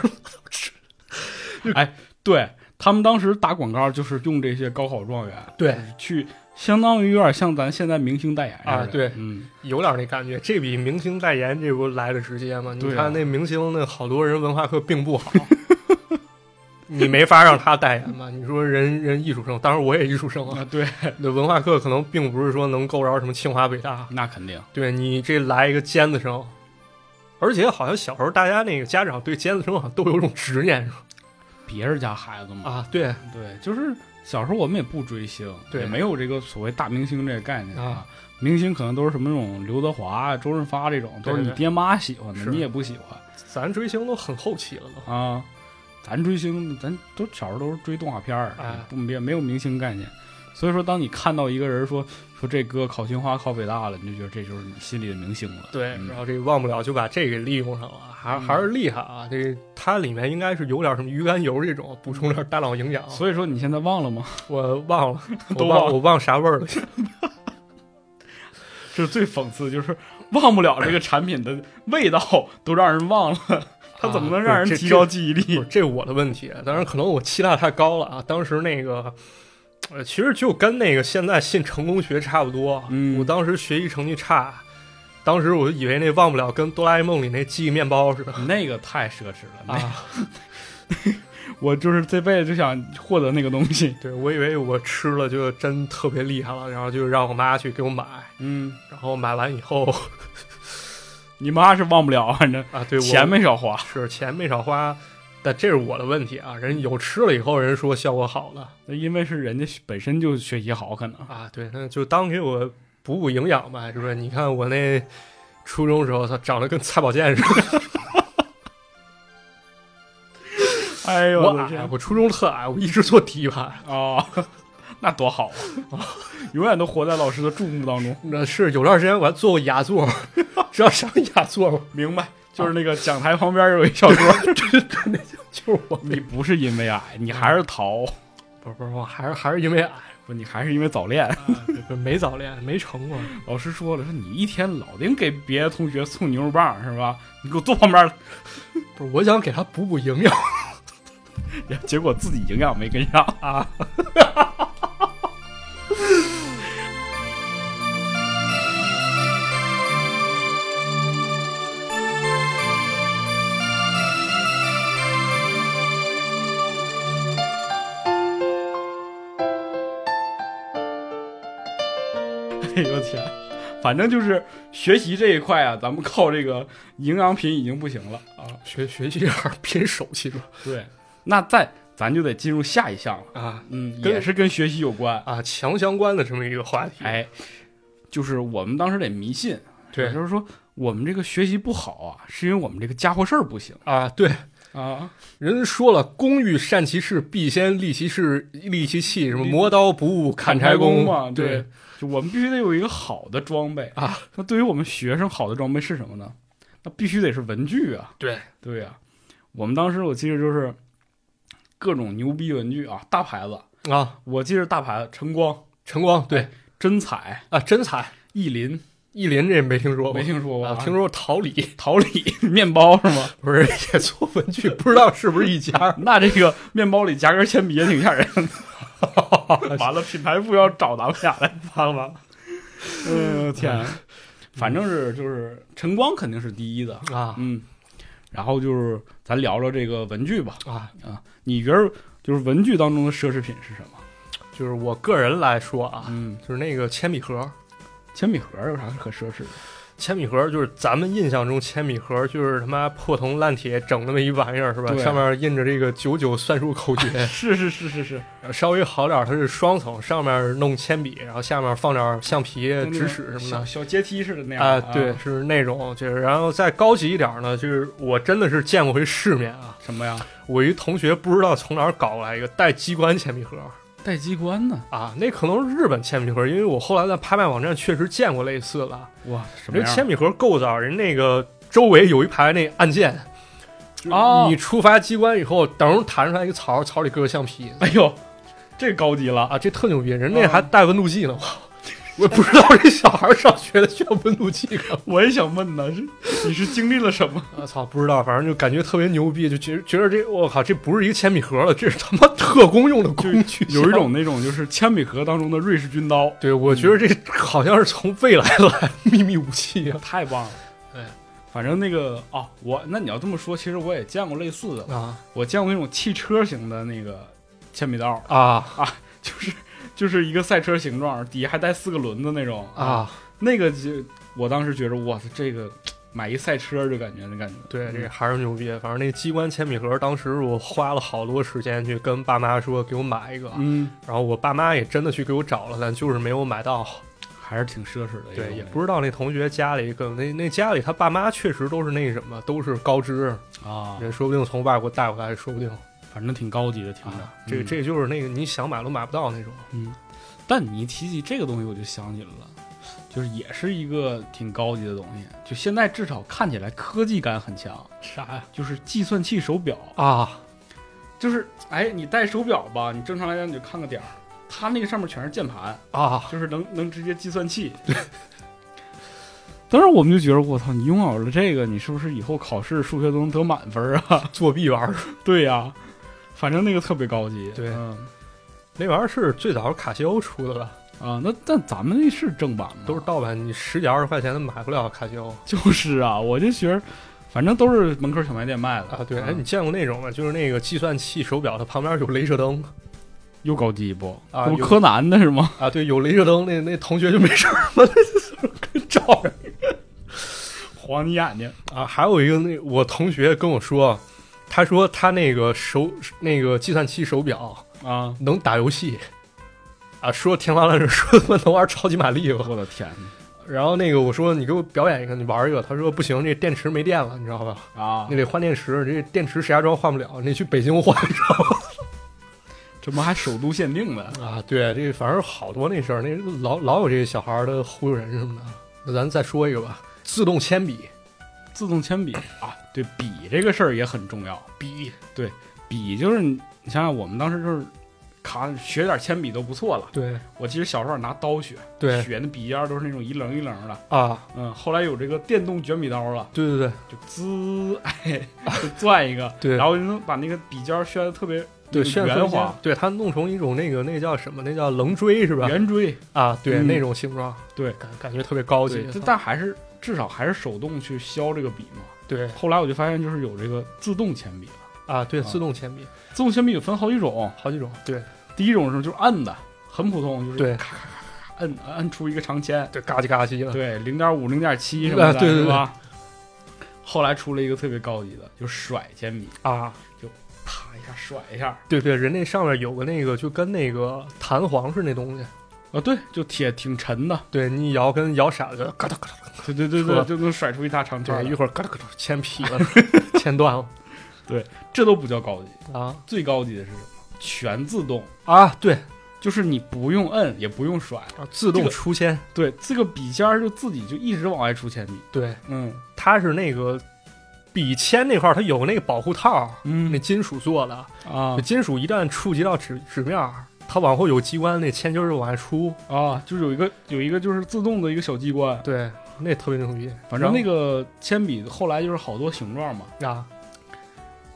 对他们当时打广告就是用这些高考状元
对，
去，相当于有点像咱现在明星代言似的
啊对
嗯，
有点那感觉。这比明星代言这不来的直接吗？你
对啊
看那明星，那好多人文化课并不好，你没法让他代言吧？你说人人艺术生，当然我也艺术生啊，
啊对，
那文化课可能并不是说能够着什么清华北大，
那肯定，
对你这来一个尖子生。而且好像小时候大家那个家长对尖子生好像都有种执念是吧
别人家孩子嘛，
啊，对，
对，就是小时候我们也不追星，
对
也没有这个所谓大明星这个概念
啊。
明星可能都是什么那种刘德华、啊周润发这种，
对
都是你
对
爹妈喜欢的，
是
你也不喜欢
咱追星都很后期了都。
啊。咱追星，咱都小时候都是追动画片儿
哎，
不也没有明星概念。所以说，当你看到一个人说说这哥考清华考北大了，你就觉得这就是你心里的明星了。
对，
嗯
然后这忘不了就把这个利用上了，还还是厉害啊！这它里面应该是有点什么鱼肝油这种，补充点大脑营养。
所以说你现在忘了吗？
我 忘了，
都
我
忘了
忘我忘啥 味儿了。
这是最讽刺，就是忘不了 这个产品的味道，都让人忘了，它怎么能让人提高记忆
不
力
是？这是我的问题，当然可能我期待太高了啊。当时那个，呃，其实就跟那个现在信成功学差不多。啊
嗯
我当时学习成绩差，当时我就以为那忘不了跟哆啦 A 梦里那记忆面包似的
那个太奢侈了，那
啊。
我就是这辈子就想获得那个东西。
对，我以为我吃了就真特别厉害了，然后就让我妈去给我买，
嗯，
然后买完以后
你妈是忘不了，反正
啊，对，我
钱没少花。
是钱没少花，但这是我的问题啊。人有吃了以后，人说效果好了
那因为是人家本身就学习好，可能
啊，对，那就当给我补补营养吧，是不是？你看我那初中时候，他长得跟蔡宝剑似的，
哎呦
我
我的
矮，
天
我初中特矮，我一直坐第一排。
哦，那多好啊！ 永远都活在老师的注目当中。
那是有段时间我还坐过雅座，知道啥是雅座吗？
明白，就是那个讲台旁边有一小桌。
就是我，
你不是因为矮，你还是淘，
不是不是，我还是还是因为矮，啊
不，你还是因为早恋。
嗯不是没早恋，没成过。
老师说了，说你一天老得给别的同学送牛肉棒是吧？你给我坐旁边了，
不是，我想给他补补营养。
结果自己营养没跟上啊。 哎呦我天！反正就是学习这一块啊，咱们靠这个营养品已经不行了啊。
学学习点儿 拼手气吧
对，那再咱就得进入下一项了，
啊
嗯，
跟
也是跟学习有关。
啊，强相关的这么一个话 题。
哎，就是我们当时得迷信，
对
也就是说我们这个学习不好啊，是因为我们这个家伙事儿不行
啊，对，
啊。
人说了，工欲善其事，必先利其事，利其器，什么磨刀不误砍柴
工
工
嘛，
对，，
就我们必须得有一个好的装备
啊。
那对于我们学生，好的装备是什么呢？那必须得是文具啊。
对，
对呀、我们当时我记得就是各种牛逼文具啊，大牌子，
啊，
我记得大牌子晨光、
晨光，对
真彩、
啊，真彩，
意林，
意林这没听说过，
没听说过
啊
啊，
听说过桃李，
桃李面包是吗？
不是也做文具，不知道是不是 一家
那这个面包里夹根铅笔也挺吓 人的。完了，品牌部要找咱们俩来帮忙。哎呦天啊，反正是就是晨光肯定是第一的，
啊
嗯。然后就是咱聊聊这个文具吧，
啊，
你觉得就是文具当中的奢侈品是什么？
就是我个人来说啊，
嗯，
就是那个铅笔盒。
铅笔盒有啥可奢侈的？
铅笔盒就是咱们印象中铅笔盒就是他妈破铜烂铁整那么一玩意儿是吧？
对
上面印着这个九九算术口诀，
是是是是是，
稍微好点，儿，它是双层，上面弄铅笔，然后下面放点儿橡皮、啊直尺什么
小小阶梯似的那样
的。啊，对，，是那种，就是然后再高级一点儿呢，就是我真的是见过回世面啊！
什么呀？
我一同学不知道从哪儿搞来一个带机关铅笔盒
带机关呢？
啊，那可能是日本铅笔盒，因为我后来在拍卖网站确实见过类似的。
哇，什么
人
样？
铅笔盒构造，人那个周围有一排那按键，
哦
你触发机关以后，等弹出来一个槽，槽里搁个橡皮，
哎呦，这高级了！
啊，这特牛逼，人那还带温度计呢，我我不知道这小孩上学的需要温度计干嘛，
我也想问呢，是你是经历了什么？
我啊操，不知道，反正就感觉特别牛逼，就觉觉得这我靠，这不是一个铅笔盒了，这是他妈特工用的工具 箱，
有一种那种就是铅笔盒当中的瑞士军刀，
对，我觉得这好像是从未来来的秘密武器啊
太棒了。
对，
反正那个哦，我那你要这么说，其实我也见过类似的，
啊
我见过那种汽车型的那个铅笔刀，
啊
就是就是一个赛车形状，底下还带四个轮子那种！
啊！
那个就我当时觉得，哇塞，这个买一赛车就感觉那感觉，
对，这
嗯
还是牛逼。反正那机关铅笔盒，当时我花了好多时间去跟爸妈说给我买一个，
嗯，
然后我爸妈也真的去给我找了，但就是没有买到。
还是挺奢侈的一种那个。
对，也不知道那同学家里跟那那家里他爸妈确实都是那什么，都是高知，
啊，
人说不定从外国带回来，说不定
反正挺高级的，听着
啊，这
嗯
这就是那个你想买都买不到那种。
嗯，但你一提起这个东西，我就想起来了，就是也是一个挺高级的东西，就现在至少看起来科技感很强，
啥呀？
就是计算器手表，
啊，
就是哎，你戴手表吧，你正常来讲你就看个点儿，它那个上面全是键盘，
啊，
就是能能直接计算 器。当时我们就觉得，我操，你拥有了这个，你是不是以后考试数学都能得满分啊？
作弊玩意儿，
对呀、反正那个特别高级。
对
嗯
那玩意儿是最早卡西欧出的吧？
啊，那但咱们那是正版吗？
都是盗版，你十几二十块钱的买不了卡西欧
就是啊，我就觉得，反正都是门口小卖店卖的
啊。对，哎，你
嗯
见过那种吗？就是那个计算器手表，它旁边有镭射灯
又高级不？
啊
那不
有
柯南的是吗？
啊，对，有镭射灯，那那同学就没事儿了， 跟照着
晃你眼睛
啊，还有一个那我同学跟我说，他说他那个手那个计算器手表
啊！
能打游戏，啊，说天花乱坠，说他妈能玩超级玛丽吧。
我的天
然后那个我说你给我表演一个，你玩一个。他说不行，这电池没电了，你知道吧？
啊
你！得换电池，这电池石家庄换不了，你去北京换，你知道吧？
这不还首都限定的？
啊，对，这反正好多那事儿，那老老有这些小孩儿的忽悠人什么的。那咱再说一个吧，自动铅笔
自动铅笔啊，对笔这个事儿也很重要。
笔
笔就是你你想想，我们当时就是卡学点铅笔都不错了。
对
我其实小时候拿刀学，
对
学那笔尖儿都是那种一棱一棱的。
啊，
嗯，后来有这个电动卷笔刀了，
对对对，
就滋，哎， 就攥一个，
对
然后就能把那个笔尖儿削的特别
对，
那个
炫
圆
风
滑
尖，对它弄成一种那个那个叫什么？那叫棱锥是吧？
圆锥。
啊，对，
嗯
那种形状，
对
感感觉特别高级
对，。这但还是至少还是手动去削这个笔嘛。
对
后来我就发现，就是有这个自动铅笔了。
啊，对，
啊
自动铅笔
自动铅笔有分好几种，
好几种，对
第一种是就是摁的，很普通，就是
对
摁摁出一个长铅，
对，嘎叽嘎叽的，
对，零点五、零点七什么的，
啊对对
是吧？后来出了一个特别高级的，就甩铅笔，
啊，
啪一下甩一下，
对对，人那上面有个那个，就跟那个弹簧似的那东西，
啊，对，就铁挺沉 的，
对你一摇跟摇骰子，嘎哒嘎哒，
对对对
是吧
对，就能甩出一大长圈
对，
来
一。会儿嘎哒嘎哒铅 劈了，铅断了
这都不叫高级，
啊
最高级的是什么？全自动，
啊，对
就是你不用摁，也不用甩，
啊，自
这
动
个
出铅，
对，这个笔尖儿就自己就一直往外出铅笔，
对，
嗯
它是那个笔铅那块儿它有那个保护套，
嗯
那金属做的，
啊
就金属一旦触及到纸纸面儿，它往后有机关，那铅筋儿就往外出。
啊，就是有一个有一个就是自动的一个小机关，
对，那特别牛逼。
反正那个铅笔后来就是好多形状嘛，
个啊，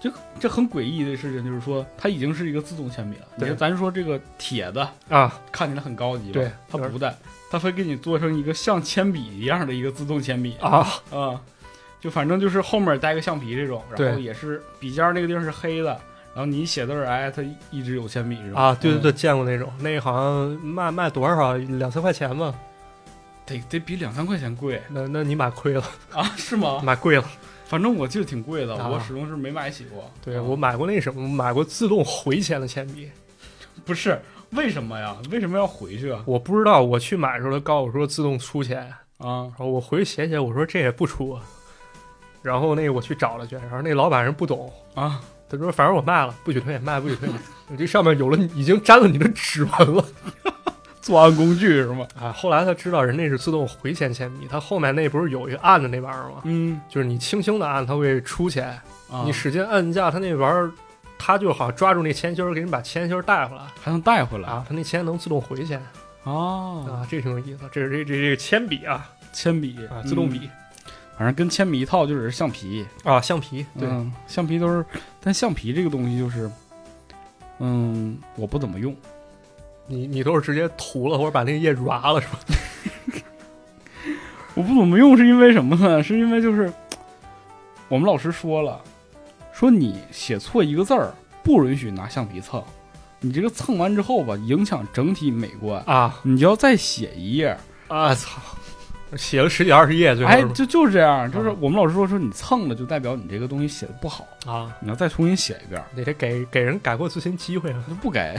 这这很诡异的事情就是说，它已经是一个自动铅笔了。你
对
看，咱说这个铁的
啊，
看起来很高级吧，
对
它
就是
不但它会给你做成一个像铅笔一样的一个自动铅笔
啊
啊就反正就是后面带个橡皮这种，然后
对
也是笔尖儿那个地方是黑的，然后你一写字儿，哎，它一直有铅笔这种
啊，对对对，
嗯
见过那种，那好像卖卖多少啊，两三块钱吧。
得得比两三块钱贵
那那你买亏了，
啊，是吗？
买贵了。
反正我记得挺贵的，
啊
我始终是没买起过。
对
啊
我买过那什么，买过自动回铅的铅笔，
不是为什么呀？为什么要回去啊？
我不知道，我去买的时候他告诉我说自动出铅，然
啊
后我回去写写，我说这也不出啊。然后那个我去找了去，然后那老板人不懂，
啊！
他说反正我卖了，不许退，卖了不许 退。这上面有了，已经沾了你的指纹了。
作案工具是吗？
啊，后来他知道人那是自动回铅铅笔，它后面那不是有一个按的那玩意儿吗？
嗯
就是你轻轻的按，它会出铅；
啊，
你使劲按一下，它那玩意儿，它就好像抓住那铅芯儿，给你把铅芯儿带回来
还能带回来
啊。它那铅能自动回铅
哦，
啊，这挺有意思。这是这这这个铅笔啊
铅笔
啊，自动，
嗯
笔、
反正跟铅笔一套就只是橡皮，
啊，橡皮对、
嗯，橡皮都是，但橡皮这个东西就是，嗯，我不怎么用，
你你都是直接涂了或者把那个页抓了是吧？
我不怎么用是因为什么呢？ 是因为就是我们老师说了，说你写错一个字儿不允许拿橡皮蹭，你这个蹭完之后吧，影响整体美观，
啊
你就要再写一页，
啊操！写了十几二十页，最后
哎
是，吧
就嗯就是这样，就是
啊
我们老师说说你蹭了，就代表你这个东西写的不好，
啊，
你要再重新写一遍，
你得给给人改过自新机会啊，
就不给。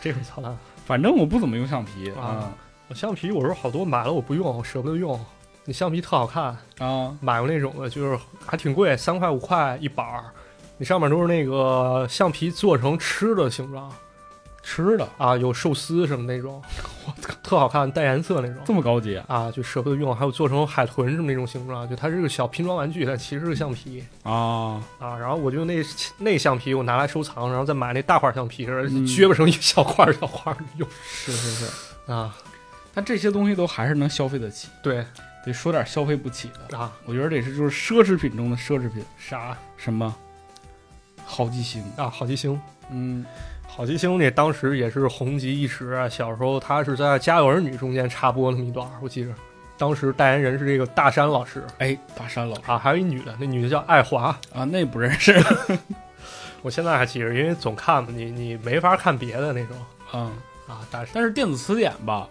这种操蛋。
反正我不怎么用橡皮
啊我橡皮我是好多买了我不用，我舍不得用。你橡皮特好看，
啊
买过那种的，就是还挺贵，三块五块一板儿。你上面都是那个橡皮做成吃的形状，吃的啊，有寿司什么那种，我操，特好看，带颜色那种。
这么高级啊
啊，就舍不得用，还有做成海豚什么那种形状，就它是个小拼装玩具，但其实是橡皮
啊！
啊。然后我就用那那橡皮我拿来收藏，然后再买那大块橡皮，然后撅巴成一小块儿小块儿 用
是是是，
啊。
但这些东西都还是能消费得起，
对
得说点消费不起的。
啊，
我觉得这是就是奢侈品中的奢侈品，
啥
什么好记星，
啊？好奇星，
嗯，
好奇星这当时也是红极一时啊。小时候他是在《家有儿女》中间插播那么一段儿，我记着，当时代言人是这个大山老师
哎，大山老师
啊，还有一女的，那女的叫爱华。
啊，那不认 识
我现在还记着，因为总看嘛，你你没法看别的那种
嗯，
啊。大山
但是电子词典吧，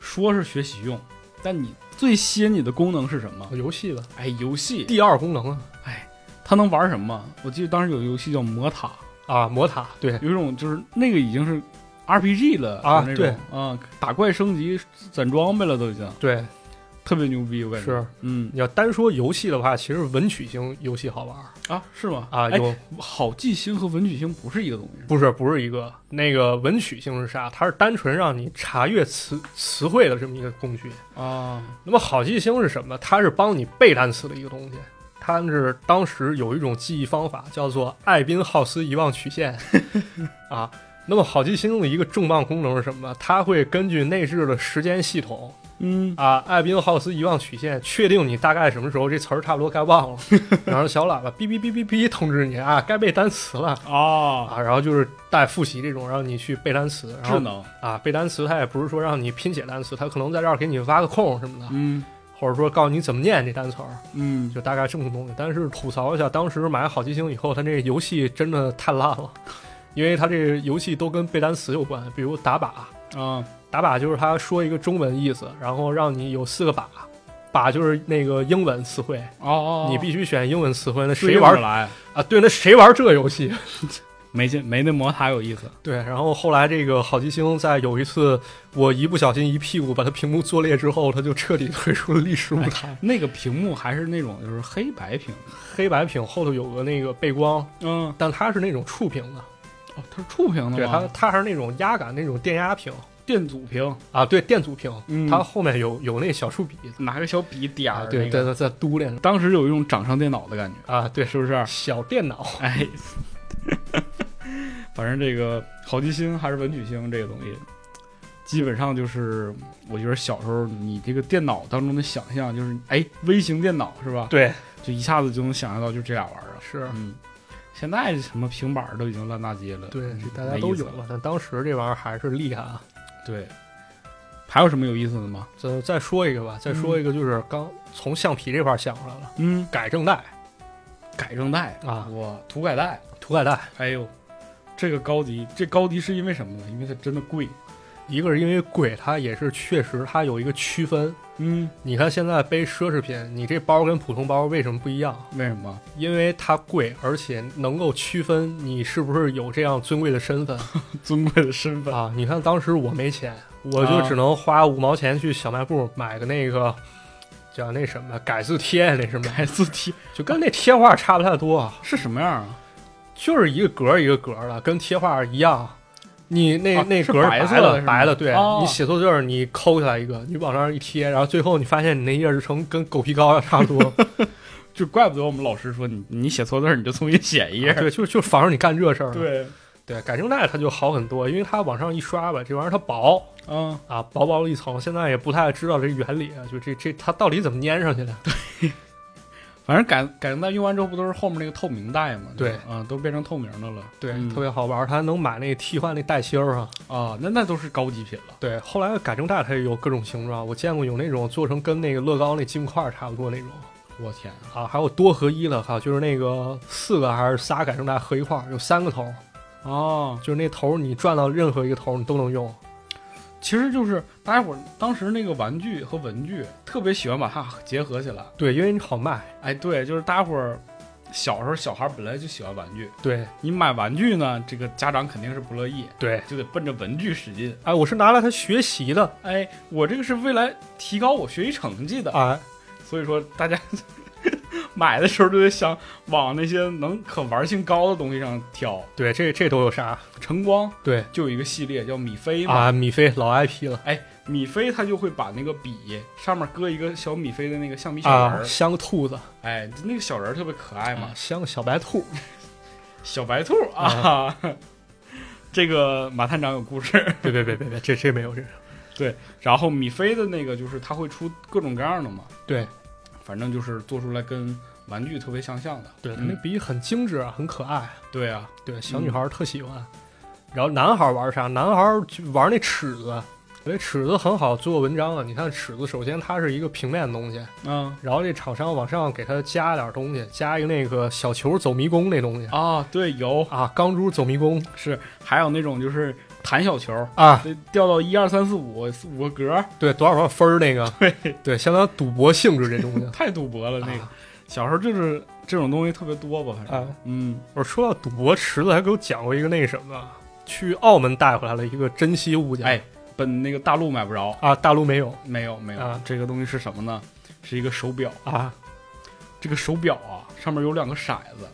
说是学习用，但你最吸引你的功能是什么？
游戏吧，
哎，游戏，
第二功能啊
哎，它能玩什么？我记得当时有游戏叫魔塔，
啊，魔塔对
有一种就是那个已经是 RPG 了
啊
就是
对
那种啊，打怪升级攒装备了都已经，
对
特别牛逼，我感觉
是。
嗯
你要单说游戏的话，其实文曲星游戏好玩儿
啊，是吗？
啊，
哎，
有
好记星和文曲星不是一个东西，是吧
不是不是一个那个文曲星是啥？它是单纯让你查阅词词汇的这么一个工具。
啊，
那么好记星是什么？它是帮你背单词的一个东西。它是当时有一种记忆方法叫做艾宾浩斯遗忘曲 线啊。那么好记星的一个重磅功能是什么？它会根据内置的时间系统
嗯
啊，艾宾浩斯遗忘曲线，确定你大概什么时候这词儿差不多该忘 了，然后小喇叭哔哔哔哔哔通知你啊，该背单词了
啊，
啊。然后就是带复习这种，让你去背单词，然
智
后
能，
啊背单词，它也不是说让你拼写单词，它可能在这儿给你挖个空什么的。
嗯
或者说告诉你怎么念这单词儿，
嗯，
就大概这么个东西。但是吐槽一下，当时买好记星以后，它这游戏真的太烂了，因为它这个游戏都跟背单词有关，比如打靶，
啊
打靶就是它说一个中文意思，然后让你有四个靶，靶就是那个英文词汇，
哦哦，
你必须选英文词汇。那
追
谁
着
玩
来？
啊？对，那谁玩这游戏？
没劲，没那魔塔有意思。
对，然后后来这个好记星在有一次我一不小心一屁股把它屏幕坐裂之后，它就彻底退出了历史舞台。
那个屏幕还是那种就是黑白屏，
哎黑白屏后头有个那个背光，
嗯，
但它是那种触屏的，
哦，它是触屏的
对它
吗？
它还是那种压感那种电压屏
电阻屏，
啊，对电阻屏，
嗯
它后面有有那小触笔，
拿个小笔点
啊
儿，
对
那
在
个
在在嘟lên
当时有一种掌上电脑的感觉，
啊，对
是不是？
小电脑
哎， 反正这个好记星还是文曲星这个东西，基本上就是我觉得小时候你这个电脑当中的想象就是，哎，微型电脑是吧？，
对
就一下子就能想象到就这俩玩意儿。
是。
嗯，现在什么平板儿都已经烂大街了，
对，这
嗯
大家
没
都
意思
有了，但当时这玩意儿还是厉害啊！
对，还有什么有意思的吗？
再再说一个吧，再说一个就是刚从橡皮这块儿想出来了，
嗯，
改正带
改正带
啊
我涂改带。
涂改带，
哎呦，这个高级，这高级是因为什么呢？因为它真的贵。
一个是因为贵，它也是确实它有一个区分。
嗯，
你看现在背奢侈品，你这包跟普通包为什么不一样？
为什么？
因为它贵，而且能够区分你是不是有这样尊贵的 身份
尊贵的身份。
啊！你看当时我没钱，我就只能
啊
花五毛钱去小卖部买个那个叫那什么改字贴，那什么
改字体
就跟那贴画差不太多，
是什么样啊？
就是一个格儿一个格儿的，跟贴画一样。你那、
啊
那
是
格儿
白
白
色的
的
是吗
白的，对、
哦
你写错字儿，你抠下来一个，你往那儿一贴，然后最后你发现你那页儿就成跟狗皮膏药差不多，
就怪不得我们老师说你你写错字儿你就嗯重新写一页。
啊对，就就防止你干这事儿嘛。
对，
啊对，改正带它就好很多，因为它往上一刷吧，这玩意儿它薄
嗯，
啊，薄薄的一层，现在也不太知道这原理，啊，就这这它到底怎么粘上去的？
反正改改正带用完之后不都是后面那个透明带吗？
对
嗯，都变成透明的了。
对，
嗯
特别好玩儿，它能买那替换那带芯儿啊。
啊，那那都是高级品了。
对，后来改正带它也有各种形状，我见过有那种做成跟那个乐高那金块儿差不多那种
我天啊，
啊，还有多合一的，还有就是那个四个还是仨改正带合一块儿，有三个头儿，
哦，
就是那头儿你转到任何一个头儿你都能用。
其实就是大家伙儿当时那个玩具和文具特别喜欢把它结合起来。
对，因为你好卖。
哎，对，就是大家伙儿小时候小孩儿本来就喜欢玩具，
对
你买玩具呢，这个家长肯定是不乐意，
对，
就得奔着文具使劲。
哎，我是拿来它学习的，
哎，
啊
我这个是未来提高我学习成绩的，
哎，
所以说大家 买的时候就得想往那些能可玩性高的东西上挑。
对，这这都有啥？
晨光
对
就有一个系列叫米菲嘛，
啊，米菲老 IP 了
哎，米菲他就会把那个笔上面搁一个小米菲的那个橡皮小人
啊，
儿，
像个兔子
哎，那个小人儿特别可爱嘛
啊，，像个小白兔。
小白兔啊。 这个马探长有故事，
别别别别别，这这没有这个。
对。然后米菲的那个就是他会出各种各样的嘛，
对
反正就是做出来跟玩具特别相像的。
对，
嗯
那笔很精致，啊，很可爱。
对啊，
对，小女孩儿特喜欢。然后男孩儿玩啥？男孩儿就玩那尺子，那尺子很好做文章啊。你看尺子，首先它是一个平面的东西，
嗯
然后这厂商往上给它加点儿东西，加一个那个小球走迷宫那东西
啊，对，有
啊，钢珠走迷宫
是还有那种就是弹小球，
啊，
得掉到一二三四五四五个格儿，
对，多少多少分儿那个，
对，
对，相当于赌博性质这 东西
太赌博了那个
啊。
小时候就是这种东西特别多吧，反正
啊。
嗯
我说到赌博，池子还给我讲过一个那什么，去澳门带回来了一个珍稀物件，
哎本那个大陆买不着，
啊，大陆没有
没有没有、
啊
这个东西是什么呢？是一个手表，
啊，
这个手表啊上面有两个骰子，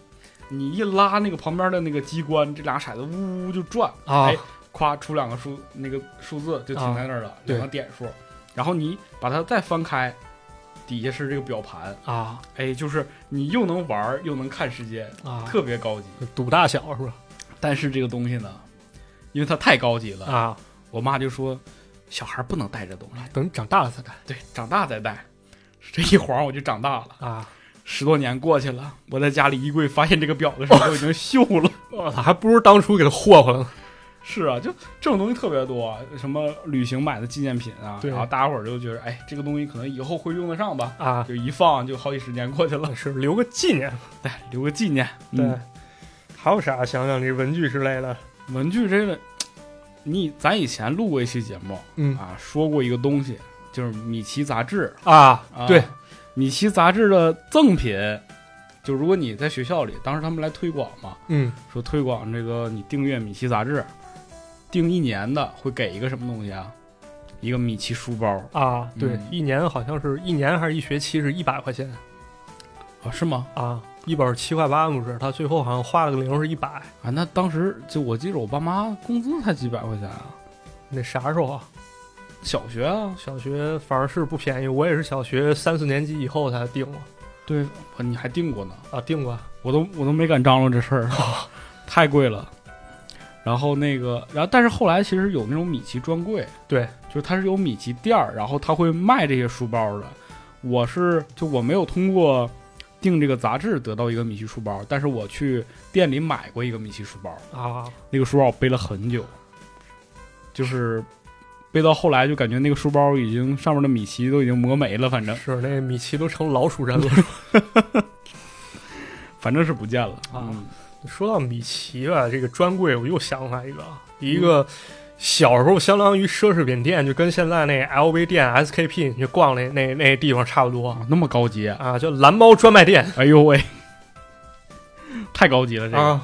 你一拉那个旁边的那个机关，这俩骰子呜呜就转
啊
哎，咵出两个数那个数字就停在那儿了，
对
两个点数，然后你把它再翻开，底下是这个表盘，
啊
哎，就是你又能玩儿又能看时间，
啊，
特别高级。
赌大小是吧？
但是这个东西呢，因为它太高级了，
啊，
我妈就说小孩不能带这东西，
等长大了再带
对，长大再带。这一晃我就长大了，
啊。
十多年过去了，我在家里衣柜发现这个表的时候都已经锈了。
我操，还不如当初给他霍霍了。
是啊，就这种东西特别多，啊什么旅行买的纪念品啊，
对
然后大家伙儿就觉得，哎，这个东西可能以后会用得上吧，
啊，
就一放就好几十年过去了，
是留个纪念。
哎，留个纪念。
对，
嗯
还有啥？想想这文具之类的。
文具这个，你咱以前录过一期节目
嗯
啊，说过一个东西，就是米奇杂志
啊
啊，
对，
米奇杂志的赠品，就如果你在学校里，当时他们来推广嘛，
嗯
说推广这个你订阅米奇杂志，订一年的会给一个什么东西啊？一个米奇书包
啊，对，
嗯
一年好像是一年还是一学期是一百块钱
啊？是吗？
啊，一本七块八不是？他最后好像花了个零是一百。
啊，那当时就我记着我爸妈工资才几百块钱啊，
那啥时候啊？
小学啊，
小学反正是不便宜，我也是小学三四年级以后才订过
对，我你还订过呢，
啊，订过
我都我都没敢张罗这事 儿，太贵了。然后那个，然后但是后来其实有那种米奇专柜，
对，
就是它是有米奇店儿，然后他会卖这些书包的。我是就我没有通过订这个杂志得到一个米奇书包，但是我去店里买过一个米奇书包，
啊
那个书包我背了很久，就是背到后来就感觉那个书包已经上面的米奇都已经磨没了，反正
是那米奇都成老鼠人了。
反正是不见了
啊
嗯
说到米奇吧，这个专柜我又想起来一个，一个小时候相当于奢侈品店，就跟现在那 LV 店、SKP 你去逛那那那地方差不多
啊，那么高级啊、
啊，叫蓝猫专卖店
哎呦喂，太高级了！这个、
啊，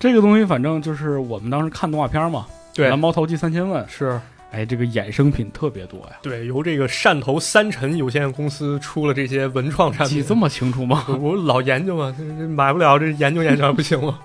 这个东西，反正就是我们当时看动画片嘛，
对
蓝，猫淘气三千问》，
是
哎，这个衍生品特别多呀。
对，由这个汕头三辰有限公司出了这些文创产
记
品。
这么清楚吗？
我我老研究嘛，这这买不了，这研究研究还不行吗？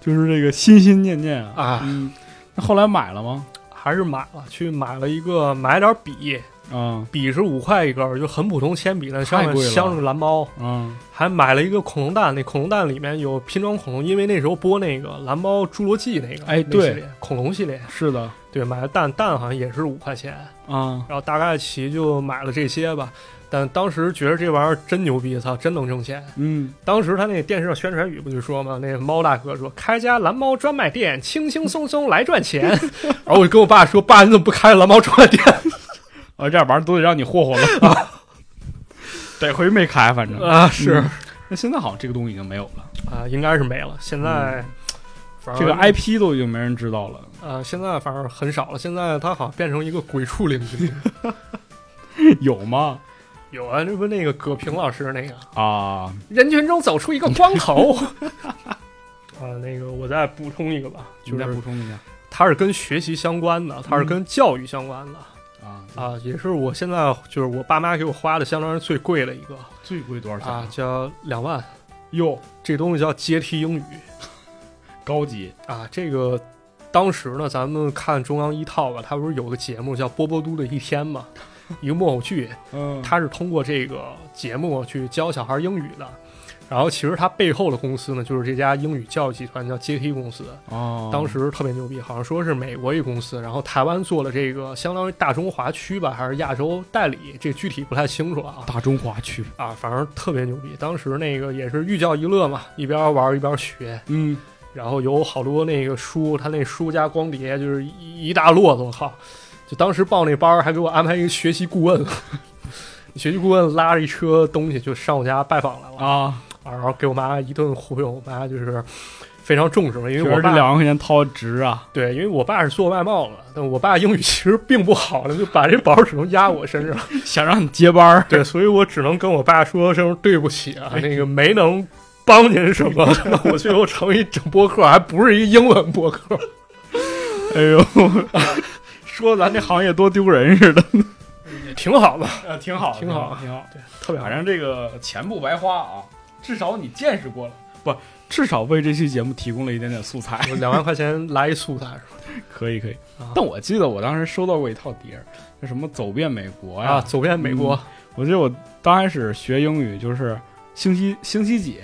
就是这个心心念念啊。
啊，
嗯，那后来买了吗？
还是买了，去买了一个买点笔，
嗯
笔是五块一根儿，就很普通铅笔呢，上
太
面
贵了
镶着蓝猫，
嗯
还买了一个恐龙蛋，那恐龙蛋里面有拼装恐龙，因为那时候播那个蓝猫侏罗纪那个，
哎
那
对
系列恐龙系列，
是的
对，买了蛋，蛋好像也是五块钱，
啊，
然后大概其就买了这些吧。但当时觉得这玩意儿真牛逼，操，真能挣钱。
嗯，
当时他那电视上宣传语不就说嘛，那猫大哥说开家蓝猫专卖店，轻轻松松来 赚钱。然后我就跟我爸说，爸，你怎么不开蓝猫专卖店
啊，这玩意儿都得让你霍霍了。 得亏没开，反正
啊？是、
嗯那现在好像这个东西已经没有了，
啊，应该是没了。现在、反
嗯这个
正
IP 都已经没人知道了，
呃，现在反正很少了。现在它好像变成一个鬼畜领 域。
有吗？
有啊，这不那个葛平老师那个
啊，
人群中走出一个光 头。啊，那个我再补充一个吧，
你
就
再补嗯
是
充一下
它是跟学习相关的，它是跟教育相关的。
啊，
啊，也是我现在就是我爸妈给我花的，相当于最贵的一个
最贵多少钱
啊，？叫两万。
哟，
这东西叫阶梯英语
高级
啊。这个当时呢，咱们看中央一套吧，它不是有个节目叫《波波都的一天》 嘛，一个木偶剧，
嗯
它是通过这个节目去教小孩英语的。然后其实它背后的公司呢，就是这家英语教育集团叫阶梯公司，
哦
当时特别牛逼，好像说是美国一公司，然后台湾做了这个相当于大中华区吧，还是亚洲代理，这具体不太清楚了啊。
大中华区，
啊，反正特别牛逼。当时那个也是寓教于乐嘛，一边玩一边学，
嗯，
然后有好多那个书，他那书加光碟就是一一大摞子，我靠！就当时报那班儿还给我安排一个学习顾问， 学习顾问拉着一车东西就上我家拜访来了，
啊，
然后给我妈一顿忽悠，我妈就是非常重视嘛，因
觉
为
得
我
这
爸
两万块钱掏值啊，
对，因为我爸是做外贸的，但我爸英语其实并不好的，就把这包只能压我身上。
想让你接班儿，
对，所以我只能跟我爸说声对不起啊， 那个没能帮您什 么。那我最后成一整播客，还不是一英文播客。
哎呦， 说咱这行业多丢人似的，
挺好的，
呃，挺好，
挺好
挺好，
特别好
反。正这个钱不白花啊，至少你见识过了，不，至少为这期节目提供了一点点素材，
我两万块钱来一素材是吧？
可以可以
啊。
但我记得我当时收到过一套碟儿，叫什么《走遍美国》呀
啊，，走遍美国，
我记得我刚开始学英语就是星期星期几，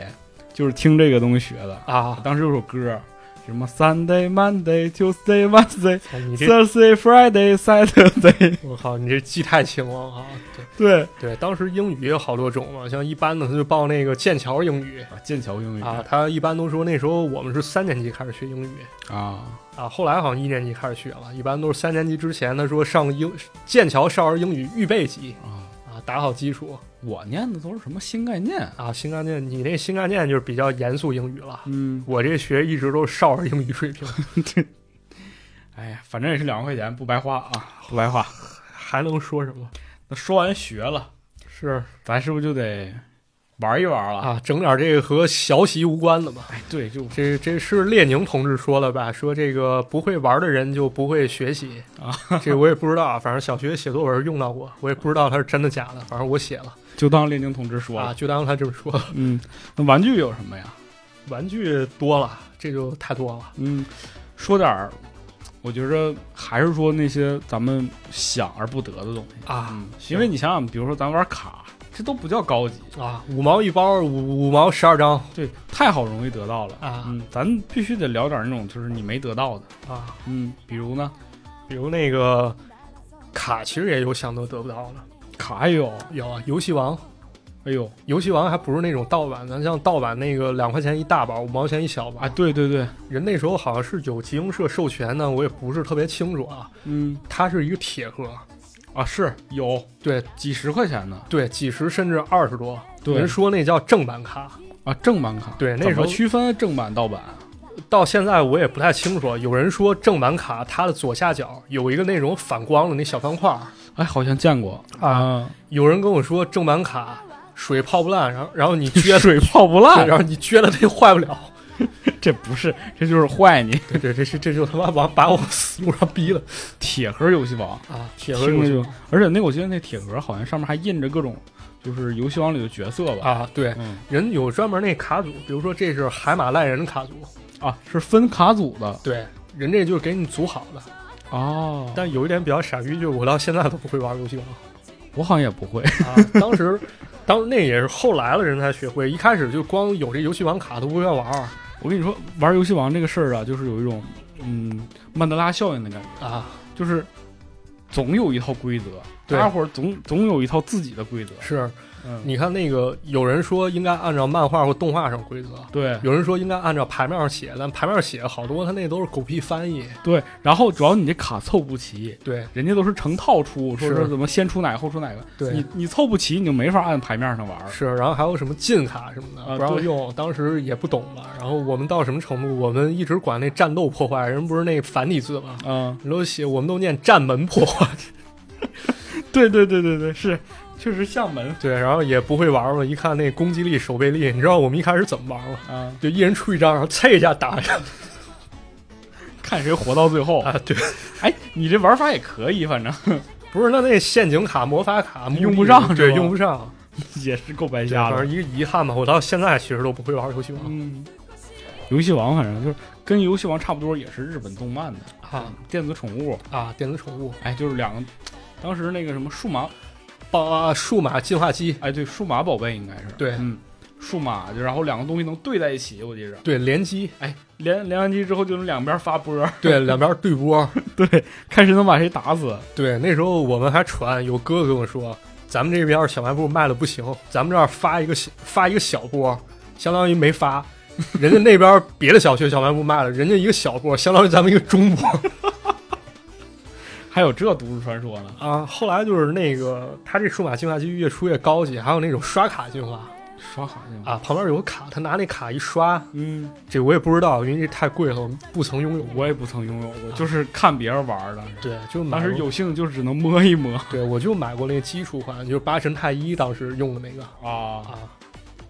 就是听这个东西学的。
啊，
当时有首歌，什么 Sunday、Monday、Tuesday、Wednesday、
操哎你这，
Thursday、Friday、Saturday，
我靠，你这记太清了啊！对
对，
对，当时英语也有好多种嘛，像一般的他就报那个剑桥英语
啊，剑桥英语
啊，他一般都说那时候我们是三年级开始学英语，
啊
啊，后来好像一年级开始学了，一般都是三年级之前，他说上英剑桥少儿英语预备级
啊
啊，打好基础
我念的都是什么新概念？
啊。新概念，你那新概念就是比较严肃英语了，
嗯，
我这学一直都是少儿英语水平，
哎呀，反正也是两万块钱，不白花啊，不白花。
还能说什么？
那说完学了，
是
咱是不是就得玩一玩了？
啊，整点这个和学习无关的吧。
哎，对，就
这这是列宁同志说了吧？说这个不会玩的人就不会学习
啊，
这我也不知道啊。反正小学写作文用到过，我也不知道他是真的假的，反正我写了
就当列宁同志说了。
啊，就当他这么说了。
嗯，那玩具有什么呀？
玩具多了，这就太多了。
嗯，说点儿，我觉着还是说那些咱们想而不得的东西
啊
嗯，因为你想想，比如说咱玩卡，这都不叫高级，
啊，五毛一包，五五毛十二张
对，太好容易得到了
啊
嗯，咱必须得聊点那种就是你没得到的。
啊。
嗯，比如呢，
比如那个卡，其实也有想都得不到的，
卡也有，
有啊，游戏王。
哎呦
游戏王还不是那种盗版的，像盗版那个两块钱一大包，五毛钱一小包。
啊，对对对，
人那时候好像是有集英社授权呢，我也不是特别清楚啊。
嗯
它是一个铁盒，
啊是有
对
几十块钱的
对，几十甚至二十多。
对
人说那叫正版卡，
啊正版卡，
对那
怎
时
么
候
区分正版盗版啊？
到现在我也不太清楚。啊有人说正版卡它的左下角有一个那种反光的那小方块儿，
哎，好像见过啊，
有人跟我说正版卡水泡不烂，然后然后你 撅
水泡不
对
烂，
然后你撅了它又坏不了。
这不是，这就是坏你
对对，这是这就他妈往把我死路上逼了
铁盒游戏王。
啊！铁盒
听
游
着
戏
就，而且那个我记得那铁盒好像上面还印着各种，就是游戏王里的角色吧？
啊，对，
嗯
人有专门那卡组，比如说这是海马赖人卡组，
啊，是分卡组的
对，人这就是给你组好的。
哦但
但有一点比较傻逼，就是我到现在都不会玩游戏王
我好像也不会
啊。当时， 当那也是后来了人才学会，一开始就光有这游戏王卡都不愿玩儿
我跟你说，玩游戏王这个事儿啊，就是有一种嗯曼德拉效应的感觉，
啊。
就是总有一套规则，
对
大家伙儿总总有一套自己的规则。
是，
嗯，
你看那个有人说应该按照漫画或动画上规则，
对
有人说应该按照牌面上写，但牌面上写好多，他那都是狗屁翻译。
对，然后主要你这卡凑不齐。
对
人家都是成套出，说
是
是怎么先出哪个后出哪个，
对
你你凑不齐，你就没法按牌面上玩儿。
是，然后还有什么禁卡什么的、
啊
不让
对
用，当时也不懂嘛。然后我们到什么程度，我们一直管那战斗破坏，人不是那繁体字吗？
嗯，
人都写，我们都念战门破坏。
对对对对对，是，确实像门
对，然后也不会玩嘛，一看那攻击力、守备力，你知道我们一开始怎么玩吗？
啊，
就一人出一张，然后猜一下打一
哦
下
看谁活到最后。
啊。对，
哎，你这玩法也可以，反正
不是，那那陷阱卡、魔法卡
用不
目的
上是
对，
吧
用不上，
也是够白
对
瞎
反
的
正。一个遗憾吧。我到现在其实都不会玩游戏王
嗯，游戏王反正就是跟游戏王差不多，也是日本动漫的
啊
电子宠物，
啊！电子宠物
哎，就是两个，当时那个什么数码，
啊，数码进化机，
哎，对，数码宝贝应该是
对
嗯，数码，就然后两个东西能对在一起，我记着，
对联机，
哎，连连完机之后就能两边发波，
对两边对波，
对， 看谁能把谁打死，
对那时候我们还传，有哥哥跟我说，咱们这边小卖部卖的不行，咱们这儿发一个小发一个小波，相当于没发。人家那边别的小区小卖部卖了，人家一个小波，相当于咱们一个中波
还有这都市传说呢，
啊。后来就是那个，他这数码进化机越出越高级，还有那种刷卡进化
刷卡去吗？
啊，旁边有个卡，他拿那卡一刷，
嗯，
这我也不知道，因为这太贵了，我们不曾拥有过。
我也不曾拥有过，就是看别人玩的，
对，就买
当时
过
有幸就只能摸一摸
对，我就买过那基础款，就是八神太一当时用的那个
啊，
啊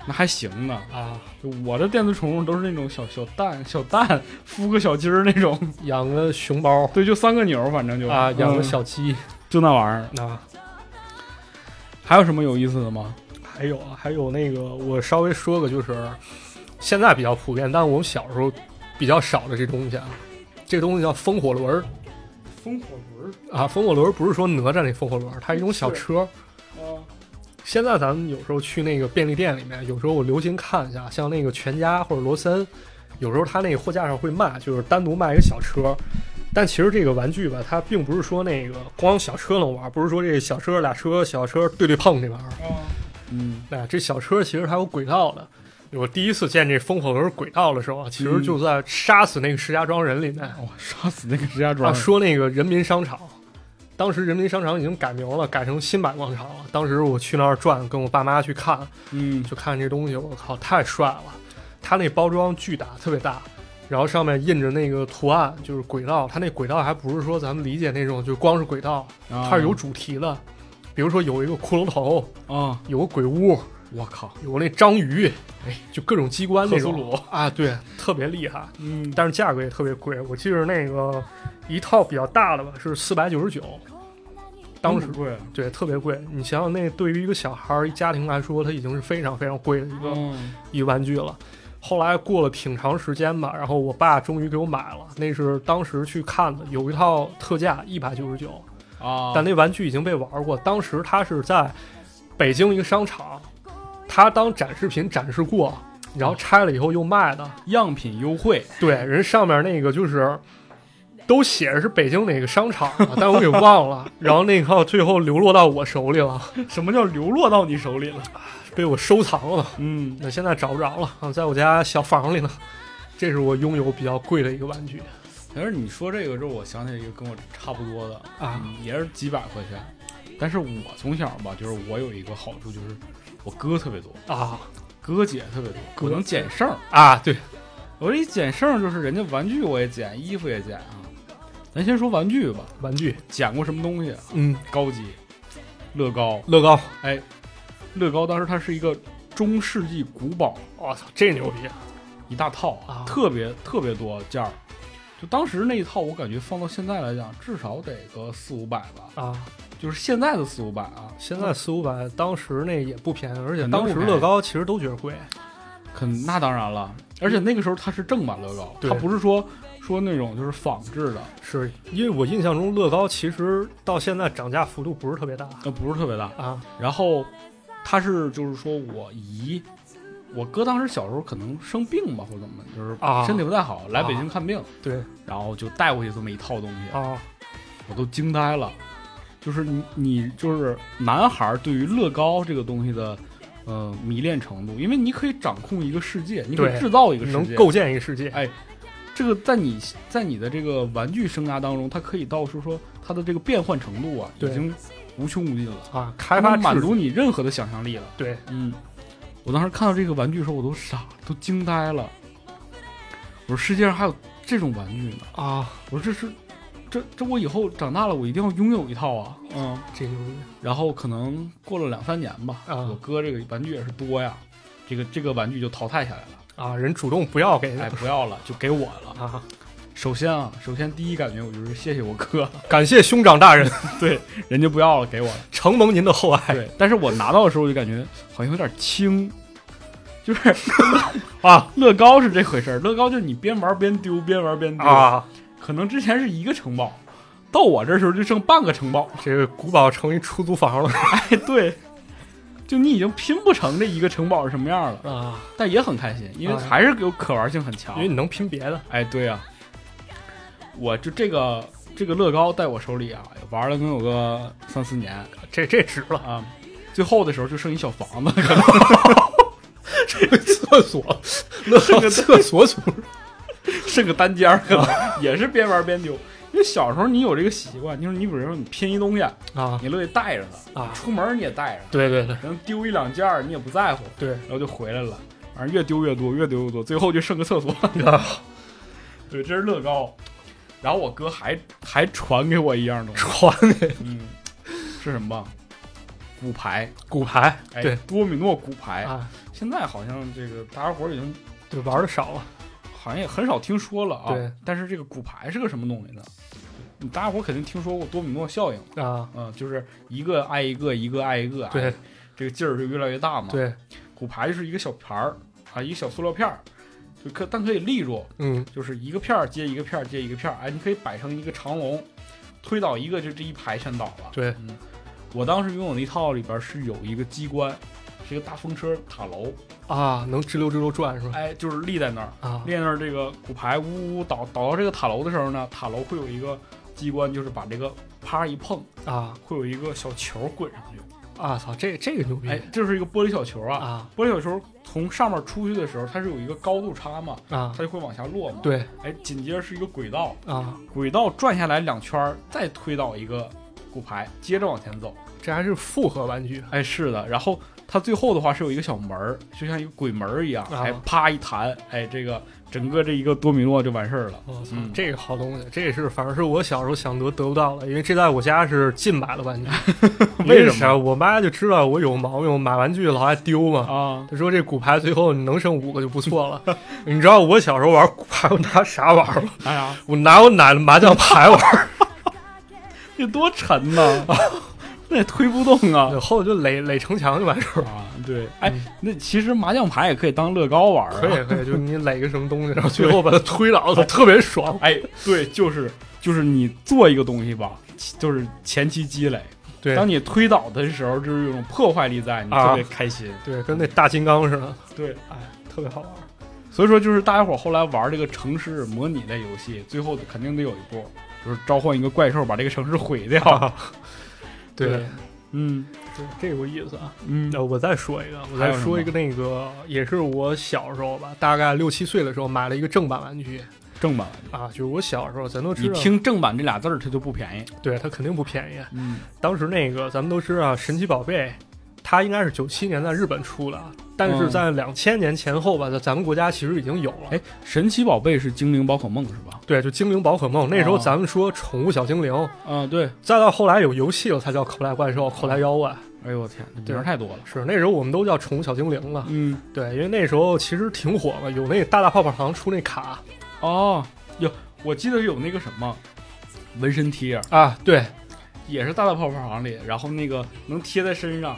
那还行呢。
啊，
就我的电子宠物都是那种小小蛋、小蛋孵个小鸡儿那种，
养个熊猫
对，就三个钮儿，反正就
啊，养个
嗯
小鸡
就那玩意儿。
啊，
还有什么有意思的吗？
还有啊还有那个，我稍微说个，就是现在比较普遍，但我们小时候比较少的这东西啊，这东西叫风火轮儿
风火轮
啊，风火轮儿不是说哪吒那风火轮儿，它是一种小
是
车。
啊，
现在咱们有时候去那个便利店里面，有时候我留心看一下，像那个全家或者罗森，有时候他那个货架上会卖，就是单独卖一个小车。但其实这个玩具吧，它并不是说那个光小车能玩，不是说这小车俩车小车对对碰这玩意儿。
嗯，
哎，这小车其实还有轨道的。我第一次见这风火轮轨道的时候啊，其实就在杀死那个石家庄人里面，
哇， 杀死那个石家
啊，
庄人，
说那个人民商场，当时人民商场已经改名了，改成新百广场了。当时我去那儿转，跟我爸妈去看，
嗯，
就看这东西，我靠，太帅了！它那包装巨大，特别大，然后上面印着那个图案，就是轨道。它那轨道还不是说咱们理解那种就光是轨道，它是有主题的，比如说有一个骷髅头，
啊，
有个鬼屋，
我靠，
有那章鱼，哎，就各种机关那种
克苏鲁
啊，对，特别厉害，
嗯，
但是价格也特别贵。我记得那个一套比较大的吧，是四百九十九，当时
贵啊，
对特别贵。你想想，那对于一个小孩儿一家庭来说，它已经是非常非常贵的一个
嗯，
一玩具了。后来过了挺长时间吧，然后我爸终于给我买了，那是当时去看的，有一套特价一百九十九，
啊，
但那玩具已经被玩过。当时它是在北京一个商场，它当展示品展示过，然后拆了以后又卖的。
样品优惠，
对，人上面那个就是都写着是北京哪个商场了，但我给忘了。然后那套最后流落到我手里了，
什么叫流落到你手里了？
被我收藏了。
嗯，
那现在找不着了啊，在我家小房里呢。这是我拥有比较贵的一个玩具
但是你说这个之后，我想起来一个跟我差不多的，
啊
嗯也是几百块钱。但是我从小吧，就是我有一个好处，就是我哥特别多，
啊
哥姐特别多，我能捡剩儿。
啊！对，
我一捡剩儿就是人家玩具我也捡，衣服也捡啊。咱先说玩具吧，
玩具，
捡过什么东西？啊
嗯，
高级，乐高。
乐高，
哎，乐高当时它是一个中世纪古堡
我操，这牛逼
一大套
啊
特别特别多件儿。就当时那一套，我感觉放到现在来讲，至少得个四五百吧，
啊！
就是现在的四五百啊。
现在四五百，当时那也不便宜，而且
肯定不
当时
便宜
乐高其实都觉得贵
肯那当然了，而且那个时候它是正版乐高，
对
它不是说说那种就是仿制的，
是因为我印象中乐高其实到现在涨价幅度不是特别大
那不是特别大。
啊
然后它是就是说我姨，我哥当时小时候可能生病吧或者怎么，就是
啊
身体不太好，来北京看病，
对
然后就带过去这么一套东西，
啊
我都惊呆了。就是你你就是男孩对于乐高这个东西的。呃，迷恋程度，因为你可以掌控一个世界，你可以
对
制造一个世界，
能构建一个世界
哎这个在你在你的这个玩具生涯当中，它可以到是说它的这个变换程度啊，已
对
经无穷无尽了，
啊，
它
开发
能满
制度
足你任何的想象力了。
对
嗯，我当时看到这个玩具的时候，我都傻，都惊呆了。我说世界上还有这种玩具呢！
啊，
我说这是，这这我以后长大了，我一定要拥有一套啊！嗯，
这牛逼
然后可能过了两三年吧，
啊
我哥这个玩具也是多呀，这个这个玩具就淘汰下来了，哎
啊！人主动不要给
哎，不要了，就给我了。
啊
首先啊，首先第一感觉我就是谢谢我哥，
感谢兄长大人，
对，人家不要了给我了，
承蒙您的厚爱
对。但是我拿到的时候我就感觉好像有点轻，就是
啊
乐高是这回事儿，乐高就是你边玩边丢，边玩边丢，
啊！
可能之前是一个城堡，到我这时候就剩半个城 堡，
这个古堡成一出租房了
哎，对。就你已经拼不成这一个城堡是什么样了，
啊，
但也很开心，因为
啊
还是有可玩性很强。
因为你能拼别的
哎，对啊，我就这个这个乐高在我手里啊，玩了能有个三四年
这这值 了，
啊，最后的时候就剩一小房子， 可能
厕所，乐高厕所组
剩个单间儿，可能 也是边玩边丢。因为小时候你有这个习惯，就是你比如说你拼一东西，
啊
你乐意带着它，
啊！
出门你也带着它，
对对对
然后丢一两件儿你也不在乎，
对
然后就回来了，反正越丢越多，越丢越多，最后就剩个厕所。
啊！
对，这是乐高。然后我哥还还传给我一样东西，
传给
嗯，是什么吧？骨牌，
骨牌，
哎、
对，
多米诺骨牌。
啊，
现在好像这个大家伙儿已经
对玩的少了，
好像也很少听说了啊。
对。
但是这个骨牌是个什么东西呢？你大家伙儿肯定听说过多米诺效应，
啊，
嗯，就是一个挨一个，一个挨一个，挨
对，
这个劲儿就越来越大嘛。，
对，
骨牌就是一个小盘儿啊，一个小塑料片儿，就可但可以立住，
嗯
就是一个片儿接一个片儿接一个片儿，哎，你可以摆成一个长龙，推倒一个就这一排全倒了。
对
嗯，我当时拥有的一套里边儿是有一个机关，是一个大风车塔楼，
啊，能直溜直溜转是吧？
哎，就是立在那儿，
啊
立在那儿这个骨牌呜呜倒倒到这个塔楼的时候呢，塔楼会有一个机关，就是把这个啪一碰，
啊
会有一个小球滚上去，
啊！操，这这个牛逼
哎，这是一个玻璃小球啊，
啊
玻璃小球从上面出去的时候，它是有一个高度差嘛，
啊
它！就会往下落嘛，，
对
哎，紧接着是一个轨道。
啊，
轨道转下来两圈儿，再推倒一个骨牌，接着往前走。
这还是复合玩具
哎，是的，然后它最后的话是有一个小门儿，就像一个鬼门儿一样，
啊
哎，啪一弹，哎，这个整个这一个多米诺就完事儿了。
我操
嗯，
这个好东西，这也是反正是我小时候想得得不到的，因为这在我家是禁买的玩具。
为什么
啥？我妈就知道我有毛病，买玩具老爱丢嘛。
啊，
她说这骨牌最后你能剩五个就不错了。 你知道我小时候玩骨牌，我拿啥玩吗？
哎呀，
我拿我奶的麻将牌玩，
这多沉呐、 那也推不动啊。
然后就垒垒城墙就完事儿了。
啊，对，哎，那其实麻将牌也可以当乐高玩儿、啊。
嗯可以可以，就是你垒个什么东 西，然后最后把它推倒了，特别爽。
哎，对，就是就是你做一个东西吧，就是前期积累，
对
当你推倒的时候，就是有种破坏力在，你特别
啊
开心。
对，跟那大金刚似的，
对，
哎，特别好玩。
所以说就是大家伙后来玩这个城市模拟类游戏，最后肯定得有一步，就是召唤一个怪兽把这个城市毁掉。
啊对
对嗯
对，这有意思啊。
嗯
呃，我再说一个，我
还有
再
什
说一
么
个那个，也是我小时候吧，大概六七岁的时候买了一个正版玩具
正版，
啊，就是啊我小时候咱都知
你
道，
听正版这俩字儿，它就不便宜。
对它肯定不便宜。
嗯
当时那个咱们都知道神奇宝贝，它应该是九七年在日本出的，但
嗯
是在两千年前后吧，在咱们国家其实已经有了。
哎神奇宝贝是精灵宝可梦是吧？
对，就精灵宝可梦，那时候
哦
咱们说宠物小精灵，
啊，对。
再到后来有游戏了，才叫口袋怪兽、口袋妖怪。
哎呦我天，这
对
名儿太多了。
是那时候我们都叫宠物小精灵了。
嗯
对，因为那时候其实挺火的，有那大大泡泡糖出那卡
哦，有我记得有那个什么纹身贴，
啊，对
也是大大泡泡糖里，然后那个能贴在身上，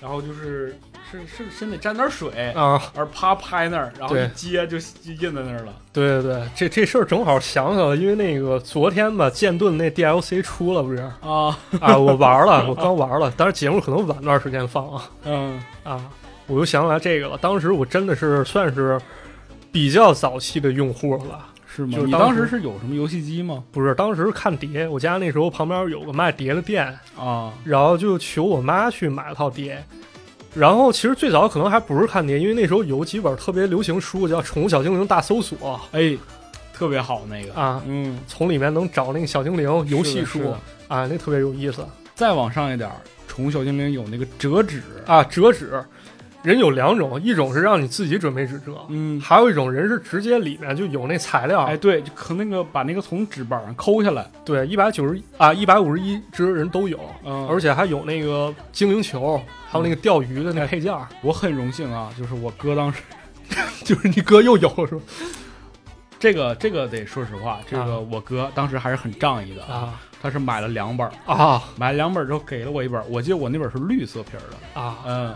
然后就是是是先得沾点水。
啊，
而啪拍那儿，然后
对
一接就就印在那儿了。
对对对，这这事儿正好想起来了，因为那个昨天吧，剑盾那 DLC 出了不是
啊，
啊，我玩了，我刚玩了，当然节目可能晚段时间放啊
嗯
啊，我就想起来这个了，当时我真的是算是比较早期的用户了。，
是吗
就是
你
当
当
时
时是有什么游戏机吗？
不是，当时看碟，我家那时候旁边有个卖碟的店，
啊，
然后就求我妈去买套碟。然后其实最早可能还不是看碟，因为那时候有几本特别流行书，叫《宠物小精灵大搜索
哎，特别好那个》，
啊，
嗯，
从里面能找那个小精灵游
是
戏
的是
书
的
啊，那特别有意思
再往上一点儿，宠物小精灵有那个折纸，
啊。折纸，人有两种，一种是让你自己准备纸折，
嗯，
还有一种人是直接里面就有那材料。
哎，对，就可那个把那个从纸板上抠下来，
对，一百九十啊，一百五十一只人都有，
嗯，
而且还有那个精灵球，还有那个钓鱼的那配件儿。
我很荣幸啊，就是我哥当时
就是你哥又有是吧？
这个这个得说实话，这个
啊
我哥当时还是很仗义的，
啊
他是买了两本儿，
啊
买了两本儿之后给了我一本儿，我记得我那本儿是绿色皮儿的，
啊！
嗯，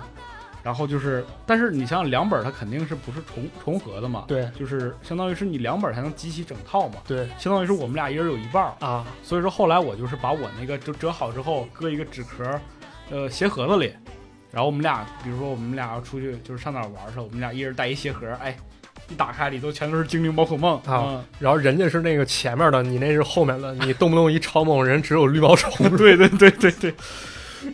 然后就是，但是你想想两本儿它肯定是不是重重合的嘛，，
对
就是相当于是你两本儿才能集齐整套嘛，
对
相当于是我们俩一人有一半儿，
啊
所以说后来我就是把我那个折折好之后搁一个纸壳儿，呃，鞋盒子里，然后我们俩，比如说我们俩要出去就是上哪儿玩儿的时候，我们俩一人带一鞋盒儿，哎，一打开里头全都是精灵宝可梦
啊！然后人家是那个前面的，你那是后面的，你动不动一超梦，人只有绿毛虫。
嗯对对对对对，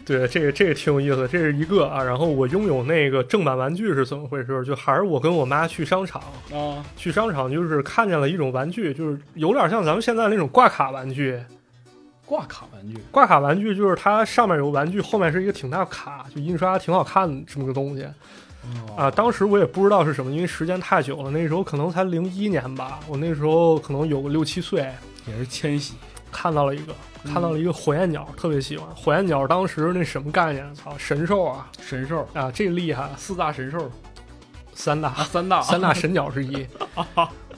对，这个这个挺有意思的，这是一个啊。然后我拥有那个正版玩具是怎么回事？就还是我跟我妈去商场，
啊
去商场就是看见了一种玩具，就是有点像咱们现在那种挂卡玩具。
挂卡玩具
挂卡玩具就是它上面有个玩具，后面是一个挺大的卡，就印刷挺好看的这么个东
哦
西啊。当时我也不知道是什么，因为时间太久了，那时候可能才零一年吧，我那时候可能有个六七岁，
也是千玺，
看到了一个，看到了一个火焰鸟，特别喜欢。火焰鸟当时那什么概念？操，神兽啊
神兽
啊，这厉害，
四大神兽
三大
啊，三大
三大神鸟 之一。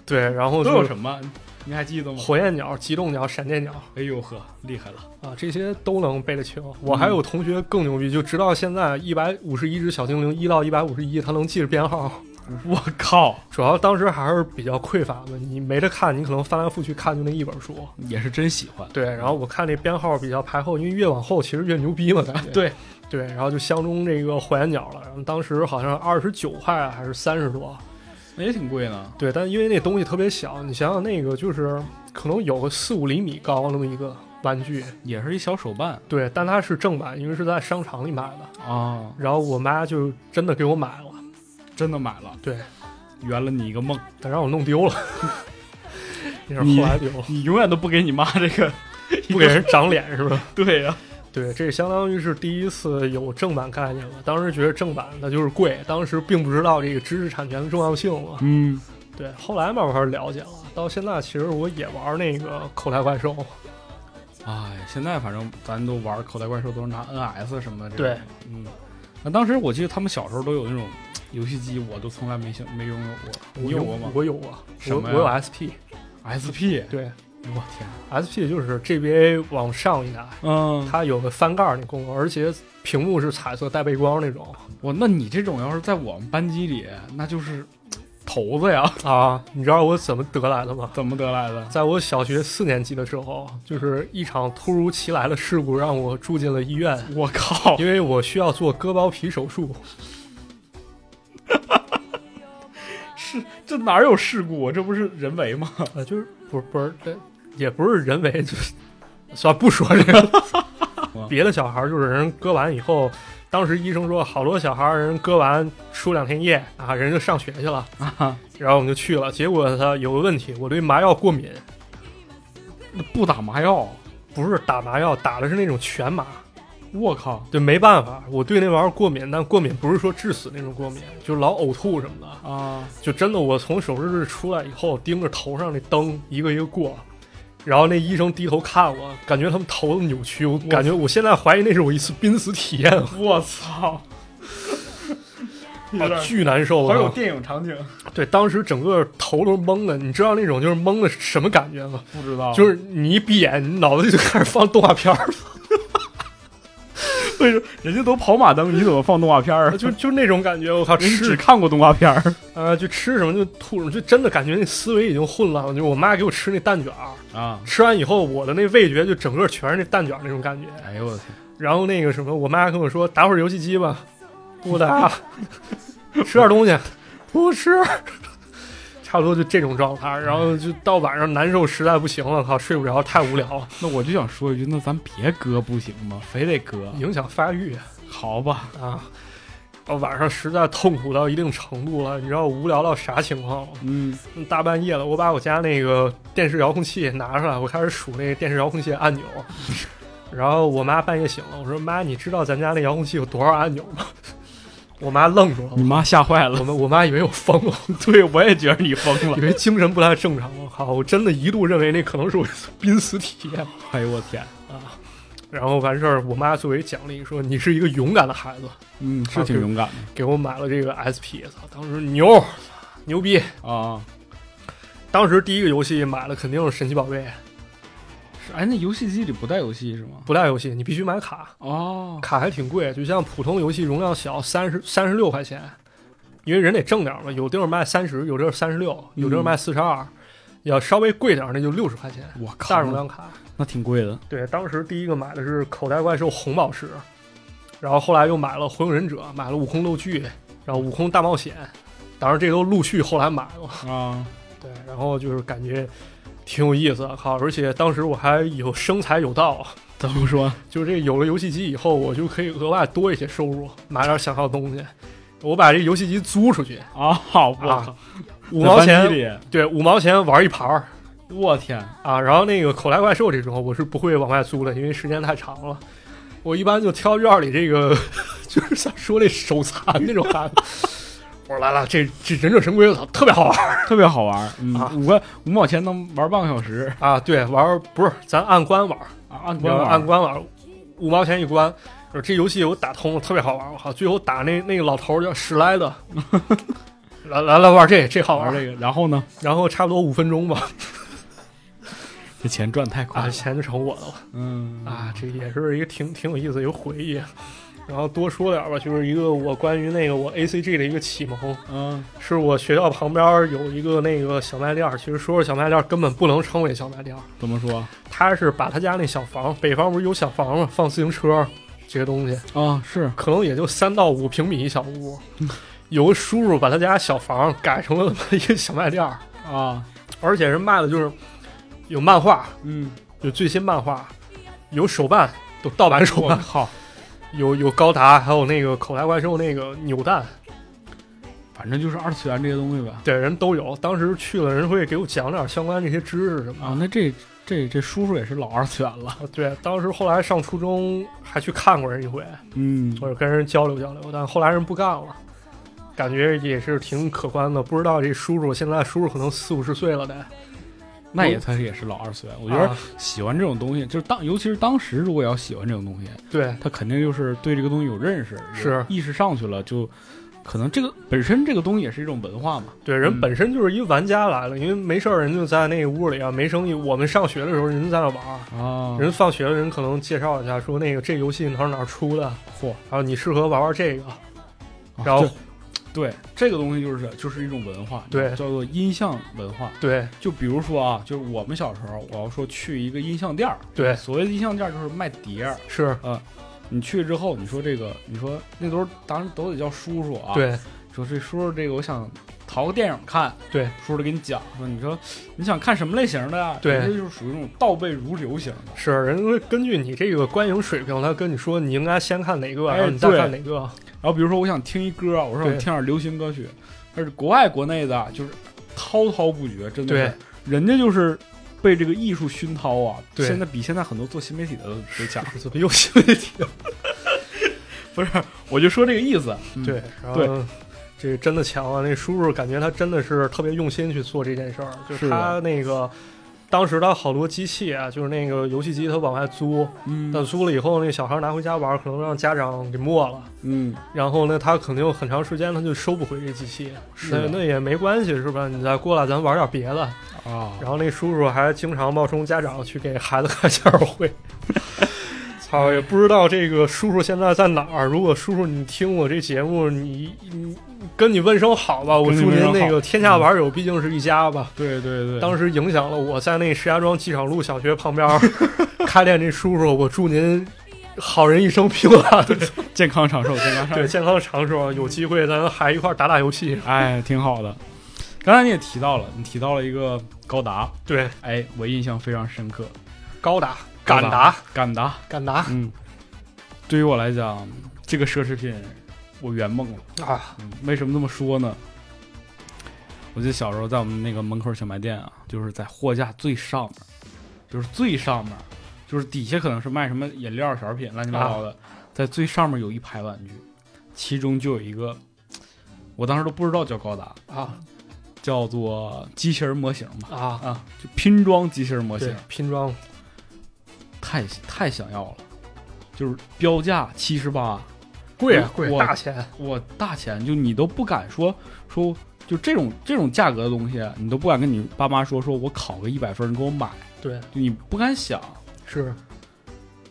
对，然后
都有
就是
什么？你还记得吗？
火焰鸟、极冻鸟、闪电鸟
哎呦呵，厉害了！
啊，这些都能背得清。我还有同学更牛逼，就直到现在，一百五十一只小精灵一到一百五十一，他能记着编号。
我靠，
主要当时还是比较匮乏嘛，你没得看，你可能翻来覆去看就那一本书。
也是真喜欢。
对，然后我看这编号比较排后，因为越往后其实越牛逼嘛，感觉。
对
对，然后就相中这个火焰鸟了，然后当时好像二十九块啊还是三十多，
那也挺贵呢。
对，但因为那东西特别小，你想想那个就是可能有个四五厘米高那么一个玩具，
也是一小手办
对，但它是正版，因为是在商场里买的，
啊，
然后我妈就真的给我买了，
真的买了，
对，
圆了你一个梦。
但让我弄丢了， 那是
你
后 来丢了，
你永远都不给你妈这 个，
不给人长脸是吧？
对啊呀、
对，这相当于是第一次有正版概念了。当时觉得正版它就是贵，当时并不知道这个知识产权的重要性嘛。
嗯，
对，后来慢慢了解了，到现在其实我也玩那个口袋怪兽，
哎，现在反正咱都玩口袋怪兽，都是拿 NS 什么的。
对，
嗯，那当时我记得他们小时候都有那种游戏机，我都从来没想没拥有过。你
我
有过吗
我有啊，
什
我
么
我
呀
有 SP，
？SP，
对
我天，
，SP 就是 GBA 往上一代，
嗯，
它有个翻盖儿那功能，而且屏幕是彩色带背光那种
我那你这种要是在我们班级里，那就是头子呀，
啊。你知道我怎么得来的吗？
怎么得来的？
在我小学四年级的时候，就是一场突如其来的事故让我住进了医院。
我靠！
因为我需要做割包皮手术，
是这哪有事故啊？这不是人为吗？。
呃，就是不是不是，这也不是人为，就是算了不说这个别的小孩儿就是人割完以后，当时医生说好多小孩儿人割完输两天液啊，人就上学去了，然后我们就去了，结果他有个问题，我对麻药过敏，
不打麻药，
不是打麻药，打的是那种全麻。
我靠
就没办法，我对那玩意儿过敏，但过敏不是说致死那种过敏，就老呕吐什么的。
啊！
就真的，我从手术室出来以后，盯着头上那灯一个一个过，然后那医生低头看我，感觉他们头都扭曲，我感觉我现在怀疑那是我一次濒死体 验，
我 操！有点
啊巨难受
好有
啊！
电影场景，
对，当时整个头都是懵的，你知道那种就是懵的什么感觉吗？
不知道
就是你一闭眼，你脑子就开始放动画片儿了，
为什么人家都跑马灯，你怎么放动画片 儿啊？
就就那种感觉，我靠，
人家
吃
只看过动画片儿
啊、就吃什么就吐什么，就真的感觉那思维已经混乱了。就我妈给我吃那蛋卷儿，
啊！
吃完以后，我的那味觉就整个全是那蛋卷儿那种感觉。
哎呦我的天！
然后那个什么，我妈跟我说打会儿游戏机吧，不打， 吃点东西，不吃， 差不多就这种状态。然后就到晚上难受，实在不行了，靠，睡不着，太无聊了，
那我就想说一句，那咱别割不行吗？非得割？
影响发育
好吧，
啊。到晚上实在痛苦到一定程度了，你知道我无聊到啥情况吗？
嗯，
大半夜了，我把我家那个电视遥控器拿出来，我开始数那个电视遥控器的 按钮。然后我妈半夜醒了，我说：“妈，你知道咱家那遥控器有多少按钮吗？”我妈愣住了，
你妈吓坏
我
了，
们我妈以为我疯了，
对我也觉得你疯
以
了。
为精神不太正常。我靠，我真的一度认为那可能是我一次濒死体验。
哎呦我天！
然后完事儿，我妈作为奖励说：“你是一个勇敢的孩子。
嗯，是
啊
挺
对
勇敢”的
给我买了这个 SP，操，当时牛，牛逼！
啊！
当时第一个游戏买了肯定是神奇宝贝，
是哎，那游戏机里不带游戏是吗？
不带游戏，你必须买卡，
哦，
卡还挺贵，就像普通游戏容量小，三十三十六块钱，因为人得挣点儿嘛，有地儿卖三十，有地儿三十六，有地儿卖四十二，要稍微贵点儿那就六十块钱，
我靠，
大容量卡。
那挺贵的。
对，当时第一个买的是口袋怪兽红宝石，然后后来又买了火影忍者，买了悟空斗剧，然后悟空大冒险，当然这都陆续后来买了。
啊，
对，然后就是感觉挺有意思，靠！而且当时我还有生财有道，
怎么说？
就是这个有了游戏机以后，我就可以额外多一些收入，买点想要的东西。我把这游戏机租出去，
啊，好吧
啊，五毛
在班级
钱，
里，
对，五毛钱玩一盘儿
我天，
啊。然后那个口袋怪兽这种，我是不会往外租的，因为时间太长了。我一般就挑院儿里这个， 就是咱说那手残那种孩子。 我说来了，这这忍者神龟，我操，特别好玩儿
特别好玩儿。嗯
啊，
五个五毛钱能玩半个小时
啊！对，玩儿不是咱按关玩儿，
啊，按
你要
关玩
按
儿。
关玩，五毛钱一关。说这游戏我打通了，特别好玩。我靠，最后打那那个老头儿叫史 莱德，来来来玩这这好玩
玩
这
这
个，
个，然后呢？
然后差不多五分钟吧，
这钱赚太快
啊，
了，
钱就成我的了
嗯
啊，这也是一个挺挺有意思，有回忆。啊然后多说点儿吧，就是一个我关于那个我 A C G 的一个启蒙，
嗯，
是我学校旁边儿有一个那个小卖店儿，其实说是小卖店儿根本不能称为小卖店儿，
怎么说啊
他是把他家那小房，北方不是有小房嘛，放自行车这些东西，
啊？是
可能也就三到五平米一小屋， 有个叔叔把他家小房改成了他妈一个小卖店儿，
啊，
而且是卖的就是有漫画，
嗯，
有最新漫画，有手办，都盗版手
我
办，
靠，
有 有高达，还有那个口袋怪兽那个扭蛋，
反正就是二次元这些东西吧。
对，人都有。当时去了，人会给我讲点相关这些知识什么
啊，那这这这叔叔也是老二次元了。
的。对，当时后来上初中还去看过人一回，
嗯
或者跟人交流交流，但后来人不干了，感觉也是挺可观的。不知道这叔叔现在叔叔可能四五十岁了得，
那也他也是老二次元。我觉得
啊
喜欢这种东西，就是当尤其是当时如果要喜欢这种东西，
对
他肯定就是对这个东西有认识，有
是
意识上去了，就可能这个本身这个东西也是一种文化嘛。
对，
嗯
人本身就是一玩家来了，因为没事儿人就在那个屋里啊，没生意。我们上学的时候人就在那玩儿，
啊
人放学了人可能介绍一下，说那个这游戏哪儿哪儿出的，
嚯，
然后你适合玩玩这个。
啊
然后
对这个东西就是就是一种文化，
对
叫做音像文化。
对
就比如说啊，就是我们小时候，我要说去一个音像店儿，
对
所谓的音像店儿就是卖碟儿。
是，
你去之后，你说这个，你说那都是当然都得叫叔叔啊。，
对
说这叔叔这个我想淘个电影看，
对，
叔叔给你讲说，你说你想看什么类型的呀？
对
人家就是属于那种倒背如流型的。
是，人会根据你这个观影水平，他跟你说你应该先看哪个，
哎
然后你再
对
看哪个。
然后比如说我想听一歌，我说我
对
听点流行歌曲，但是国外国内的就是滔滔不绝，真的是，人家就是被这个艺术熏陶啊，
对
现在比现在很多做新媒体的都都强。
怎么又新问 题？
啊不是，我就说这个意思。嗯
对，然
对
后这真的强啊！那叔叔感觉他真的是特别用心去做这件事儿，就是是
的
他那个当时他好多机器啊，就是那个游戏机，他往外租，但
嗯
租了以后，那小孩拿回家玩，可能让家长给没了。
嗯，
然后呢，他肯定很长时间他就收不回这机器，
是
那
的
那也没关系，是吧？你再过来，咱玩点别的。
啊，
然后那叔叔还经常冒充家长去给孩子开家长会。操，也不知道这个叔叔现在在哪儿。如果叔叔你听我这节目，你你跟你问声好吧，我
跟你
祝
问声
您
好
那个天下玩友毕竟是一家吧。
对对对，
当时影响了我在那石家庄机场路小学旁 边儿开店这叔叔，我祝您好人一生平 安，
健康 长寿，健康长
对
寿，
健康长寿。有机会咱还一块儿打打游戏。
哎，挺好的。刚才你也提到了，你提到了一个高达，
对，
哎，我印象非常深刻。
高达、
高
敢达、
敢达，
敢达
嗯，对于我来讲，这个奢侈品我圆梦了。
啊，
嗯，为什么这么说呢？我记得小时候在我们那个门口小卖店啊，就是在货架最上面，就是最上面，就是底下可能是卖什么饮料、小食品、乱七八糟的，在最上面有一排玩具，其中就有一个，我当时都不知道叫高达，
啊
叫做机器人模型吧，
啊！
啊，就拼装机器人模
对
型，，
拼装
太太想要了，就是标价七十八，
贵
我
啊贵
我
大钱。
我大钱就你都不敢说说就这种这种价格的东西，你都不敢跟你爸妈说，说我考个一百分，你给我买，
对，
就你不敢想，
是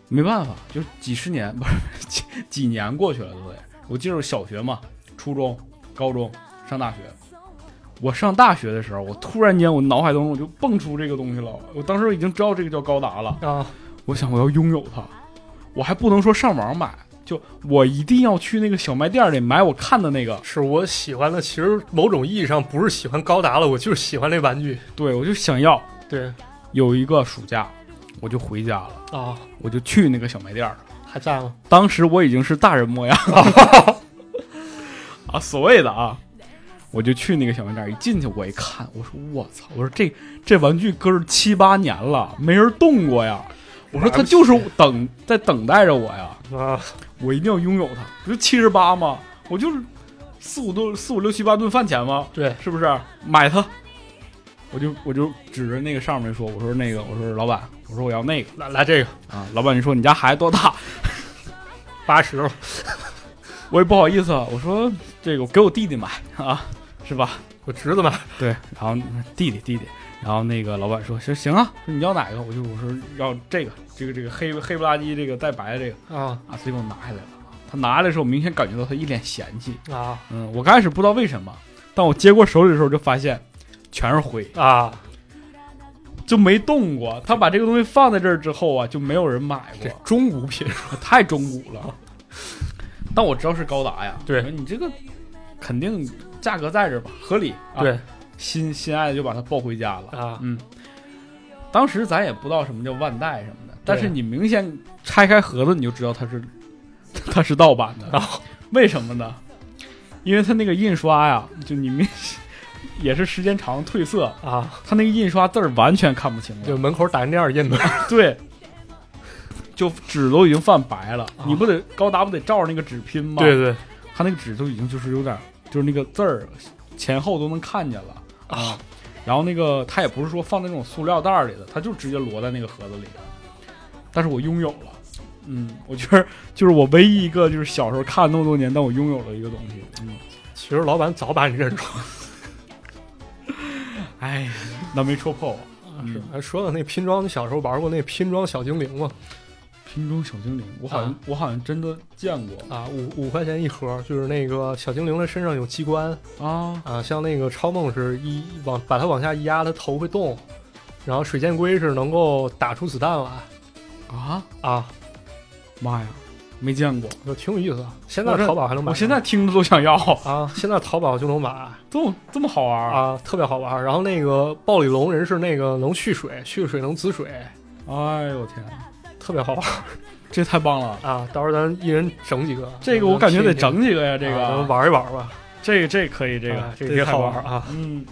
没办法，就是几十年不是几几年过去了都得。我记得我小学嘛，初中、高中，上大学。我上大学的时候，我突然间我脑海当中我就蹦出这个东西了。我当时已经知道这个叫高达了，
啊，
我想我要拥有它，我还不能说上网买，就我一定要去那个小卖店里买我看的那个。
是我喜欢的。其实某种意义上不是喜欢高达了，我就是喜欢那玩具。
对，我就想要
对
有一个暑假，我就回家了，
啊，
我就去那个小卖店了。
还在吗？
当时我已经是大人模样了， 啊，所谓的啊，我就去那个小卖店，一进去我一看，我说我操，我说这这玩具搁这七八年了，没人动过呀，我说他就是等在等待着我呀，
啊，
我一定要拥有它，不就七十八吗？我就是四五顿四五六七八顿饭钱吗？
对，
是不是？买它，我就我就指着那个上面说，我说那个，我说老板，我说我要那个
来来这个
啊，老板你说你家孩子多大？
八十了，
我也不好意思，啊，我说这个给我弟弟买啊，是吧？
我侄子买。
对，然后弟弟弟弟，然后那个老板说行行啊，说你要哪个？我就我说要这个这个这个黑黑不拉几这个带白的这个
啊
啊，所以给我拿下来了。他拿下来的时候，我明显感觉到他一脸嫌弃。
啊
嗯，我刚开始不知道为什么，但我接过手里的时候就发现全是灰，
啊！
就没动过。他把这个东西放在这儿之后啊，就没有人买
这
过。
中古品
太中古了。但我知道是高达呀，
对
我说你这个肯定价格在这儿吧，合理。啊、
对，
心心爱的就把它抱回家了。
啊
嗯，当时咱也不知道什么叫万代什么的，但是
对
你明显拆开盒子你就知道它是 它是盗版的，
啊
为什么呢？因为它那个印刷呀，就你明 也是时间长了褪色，
啊！
它那个印刷字儿完全看不清了
就。门口打印店印的
对，就纸都已经泛白了，你不得高达不得照着那个纸拼吗？
对，对
他那个纸都已经就是有点，就是那个字儿前后都能看见了。
啊
然后那个他也不是说放在那种塑料袋儿里的，他就直接摞在那个盒子里的。但是我拥有了，嗯，我觉得就是我唯一一个就是小时候看那么多年，但我拥有了一个东西。嗯，
其实老板早把你认出
哎呀，那没戳破我。
来了。还说到那拼装，你小时候玩过那拼装小精灵吗？
拼装小精灵，我好像、
啊
我好像真的见过
啊，五五块钱一盒，就是那个小精灵的身上有机关
啊
啊，像那个超梦是一往把它往下一压，它头会动，然后水箭龟是能够打出子弹来
啊！
啊，
妈呀，没见过。
就挺有意思的。现
我
在
这
淘宝还能买，
我现在啊听着都想要，
啊，现在淘宝就能买
这么这么好玩儿
啊，特别好玩。然后那个暴鲤龙人是那个能蓄水，蓄水能滋水，
哎呦我天，
特别好玩
这太棒了！
啊！到时候咱一人整几个，
这个我感觉得
咱
整
们
几个呀，
贴
这
一贴啊咱们
个，
玩一玩吧。
这个这个可以，这
啊
个
这个
太
好
棒
玩
了
啊！
嗯，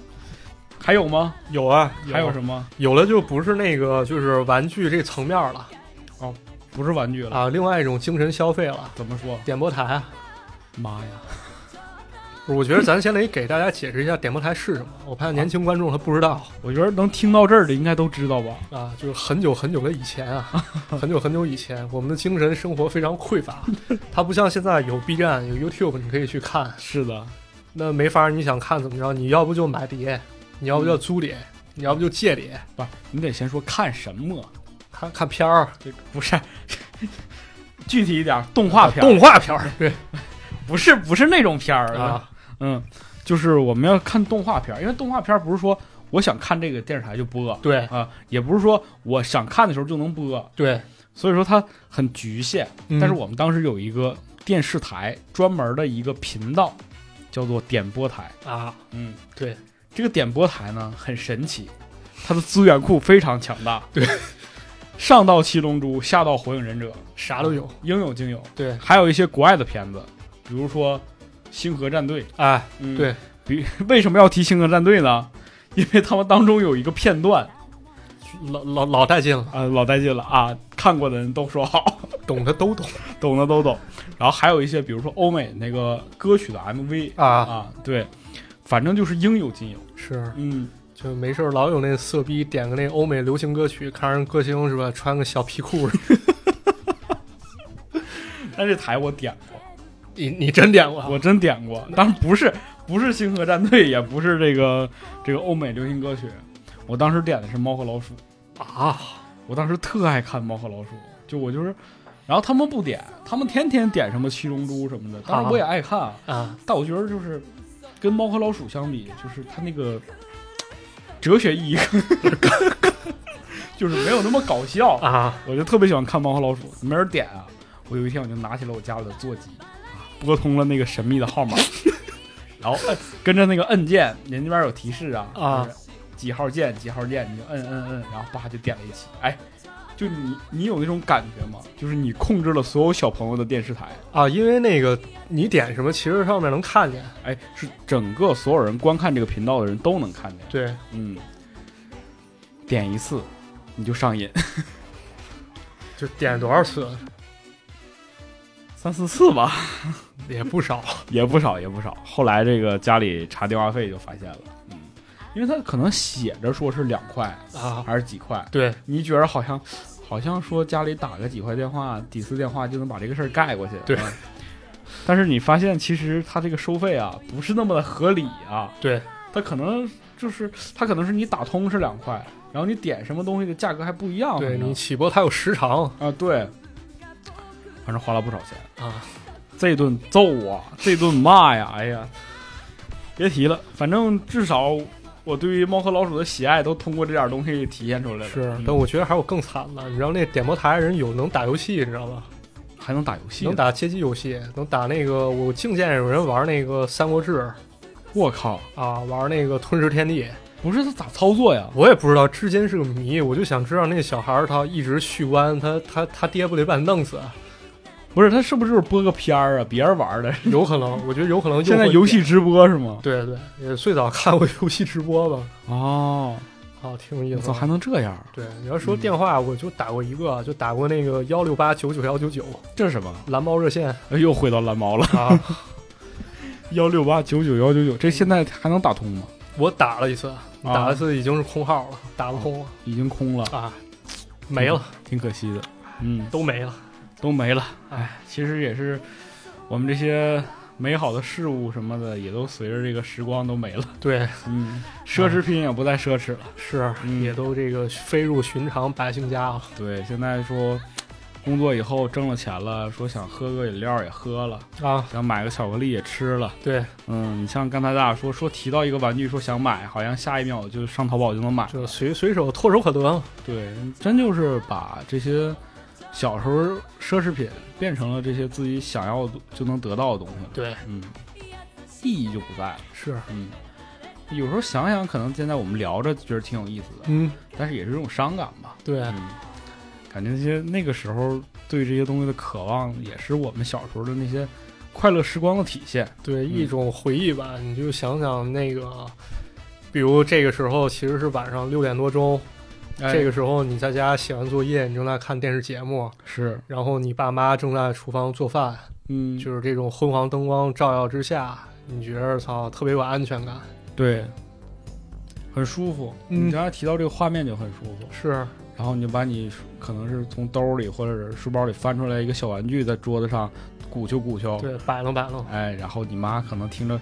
还有吗？
有啊，
还有
么？
什么？
有了就不是那个就是玩具这层面了
不是玩具了，
啊，另外一种精神消费了。
怎么说？
点播台，啊
妈呀，
我觉得咱先得给大家解释一下点播台是什么。我怕年轻观众他不知道
我觉得能听到这儿的应该都知道吧？
啊，就是很久很久的以前啊，很久很久以前，我们的精神生活非常匮乏，它不像现在有 B 站有 YouTube 你可以去看，
是的，
那没法儿，你想看怎么着？你要不就买碟，你要不就租碟，你要不就借碟，
不是，你得先说看什么，
看看片儿，
这个不是。 具体一点，动画片儿，
啊动画片儿，对
不是不是那种片儿，
啊
嗯，就是我们要看动画片儿，因为动画片儿不是说我想看这个电视台就播，
对
啊，也不是说我想看的时候就能播，
对，
所以说它很局限。
嗯
但是我们当时有一个电视台专门的一个频道，叫做点播台。
啊，
嗯，
对，
这个点播台呢很神奇，它的资源库非常强大。
对，
上到七龙珠，下到火影忍者，
啥都有，
应有尽有，
对，
还有一些国外的片子，比如说《星河战队》。
哎，
嗯
对，
比 为什么要提《星河战队》呢？因为他们当中有一个片段
老老老带劲了，
啊、老带劲了啊，看过的人都说好。
懂的都懂
懂的都懂。然后还有一些，比如说欧美那个歌曲的 MV
啊，
啊，对，反正就是应有尽有。
是，
嗯，
就没事儿老有那色逼点个那欧美流行歌曲，看人歌星是吧，穿个小皮裤，
但这台我点过，
你你真点过啊
我真点过，当然不是不是星河战队，也不是这个这个欧美流行歌曲，我当时点的是《猫和老鼠》，
啊，
我当时特爱看《猫和老鼠》，就我就是，然后他们不点，他们天天点什么《七龙珠》什么的，当然我也爱看，啊、
啊，
但我觉得就是跟《猫和老鼠》相比，就是它那个哲学意义，就是没有那么搞笑
啊，
我就特别喜欢看《猫和老鼠》，没人点啊。我有一天我就拿起了我家里的座机，啊，拨通了那个神秘的号 码，然后摁跟着那个按键，人那边有提示啊，
啊
就是几号键几号键，你就摁摁摁，然后叭就点了一起。哎，就你你有那种感觉吗？就是你控制了所有小朋友的电视台，
啊，因为那个你点什么，其实上面能看见。
哎，是整个所有人观看这个频道的人都能看见。
对，
嗯，点一次你就上瘾，
就点多少 次
三四次吧。
也不少。
也不少，也不少。后来这个家里查电话费就发现了，嗯，因为他可能写着说是两块
啊，
还是几块，
对，
你觉得好像好像说家里打个几块电话、几次电话就能把这个事儿盖过去，
对
嗯但是你发现其实他这个收费啊不是那么的合理啊，
对，
他可能就是他可能是你打通是两块，然后你点什么东西的价格还不一样，
对
反正
你起播它有时长
啊对，反正花了不少钱。
啊，
这顿揍啊，这顿骂呀，哎呀，别提了，反正至少我对于猫和老鼠的喜爱都通过这点东西体现出来了。
是。
嗯
但我觉得还有更惨的，你知道那点播台人有能打游戏，你知道吧？
还能打游戏，
能。打街机游戏，能打那个我净见有人玩那个《三国志
我靠，》
啊，玩那个《吞食天地》，
不是他咋操作呀？
我也不知道，至今是个谜。我就想知道那小孩儿他一直续弯，他他他爹不得把他弄死？啊
不是他是不是就是播个片儿啊？别人玩的。
有 可能，我觉得有可能。
现在游戏直播是吗？
对对，也最早看过游戏直播吧，
哦，
啊，挺有意
我
思
操，
的。
还能嗯这样？
对，你要说电话，我就打过一个，啊就打过那个幺六八九九幺九九
这是什么？
蓝猫热线
哎又回到蓝猫了，
啊，
幺六八九九幺九九，这现在还能打通吗？
我打了一
啊
次，打了一次已经是空号了，打不通了
已经空了，
啊，没了，
挺可惜的。嗯，
都没了。
都没了。
哎，
其实也是我们这些美好的事物什么的，也都随着这个时光都没了。
对，
嗯， 奢侈品也不再奢侈了。
是
嗯
也都这个飞入寻常百姓家了。
对，现在说工作以后挣了钱了，说想喝个饮料也喝了，
啊，
想买个巧克力也吃了。
对，
嗯，你像刚才咱俩说说提到一个玩具，说想买，好像下一秒就上淘宝就能买。
就随随手唾手可得了。
对，真就是把这些小时候奢侈品变成了这些自己想要就能得到的东西了。
对，
嗯，意义就不在了。
是，
嗯，有时候想想，可能现在我们聊着觉得挺有意思的，
嗯，
但是也是一种伤感吧。
对，
嗯，感觉那些那个时候对这些东西的渴望，也是我们小时候的那些快乐时光的体现。
对，
嗯
一种回忆吧。你就想想那个，比如这个时候其实是晚上六点多钟，
哎
这个时候你在家写完作业，你正在看电视节目，
是，
然后你爸妈正在厨房做饭，
嗯，
就是这种昏黄灯光照耀之下，你觉得操特别有安全感。
对，很舒服。
嗯
你刚才提到这个画面就很舒服，
是，
然后你就把你可能是从兜里或者是书包里翻出来一个小玩具，在桌子上鼓秋鼓秋，
对，摆弄摆弄。
哎，然后你妈可能听着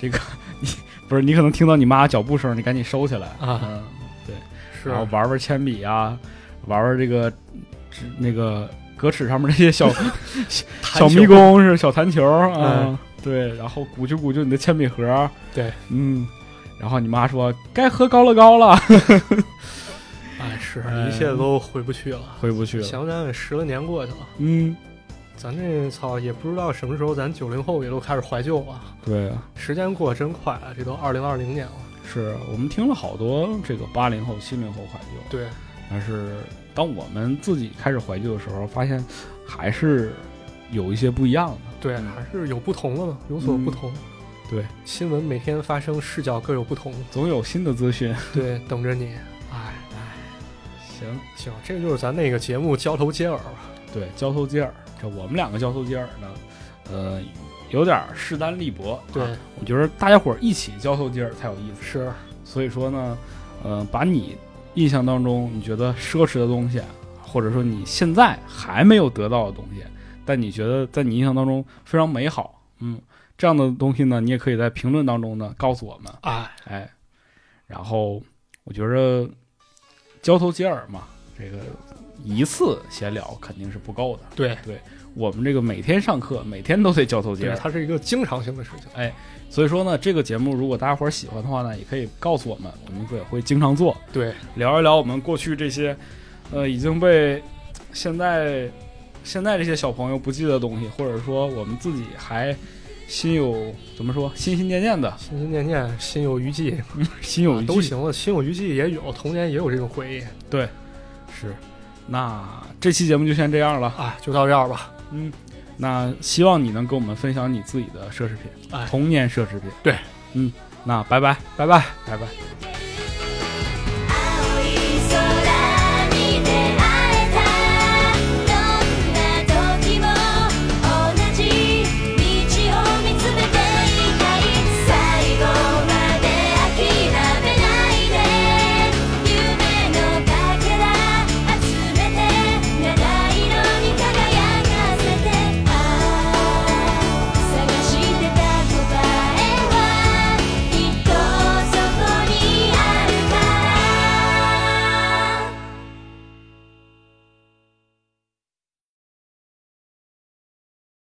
这个，你不是你可能听到你妈脚步声，你赶紧收起来
啊
嗯，
是
然后玩玩铅笔啊，玩玩这个纸那个格尺上面那些小小迷，
弹球
宫是小弹球啊、
嗯
对，然后鼓就鼓就你的铅笔盒，
对，
嗯，然后你妈说该喝高乐高了，
哎，是
哎
一切都回不去了。
回不去了，
想想也十来年过去了，
嗯，
咱这操也不知道什么时候，咱九零后也都开始怀旧了。
对，啊
时间过得真快啊，这都二零二零年了。
是我们听了好多这个八零后、七零后怀旧，
对，
但是当我们自己开始怀旧的时候，发现还是有一些不一样的。
对，
嗯
还是有不同了嘛，有所不同。
对，
新闻每天发生，视角各有不同。
总有新的资讯。
对，等着你。哎，
行，
行，这个就是咱那个节目交头接耳吧。
对，交头接耳，这我们两个交头接耳呢，呃，有点儿势单力薄。
对，
啊我觉得大家伙儿一起交头接耳才有意思。
是
所以说呢，呃，把你印象当中你觉得奢侈的东西，啊或者说你现在还没有得到的东西，但你觉得在你印象当中非常美好，嗯，这样的东西呢，你也可以在评论当中呢告诉我们。
哎，
哎，然后我觉着交头接耳嘛，这个一次闲聊肯定是不够的。
对，
我们这个每天上课，每天都得交头接
对，
耳。
它是一个经常性的事情。
所以说呢，这个节目如果大家伙儿喜欢的话呢，也可以告诉我们，我们也会经常做，
对，
聊一聊我们过去这些，呃，已经被现在现在这些小朋友不记得的东西，或者说我们自己还心有怎么说，心心念念的，
心心念念，心有余悸，
心有余悸
啊都行了。心有余悸也有，童年也有这种回忆
是。那这期节目就先这样了。
啊，就到这儿吧。
嗯，那希望你能跟我们分享你自己的奢侈品，
哎
童年奢侈品。
对，
嗯，那拜拜，
拜拜。
拜拜。
you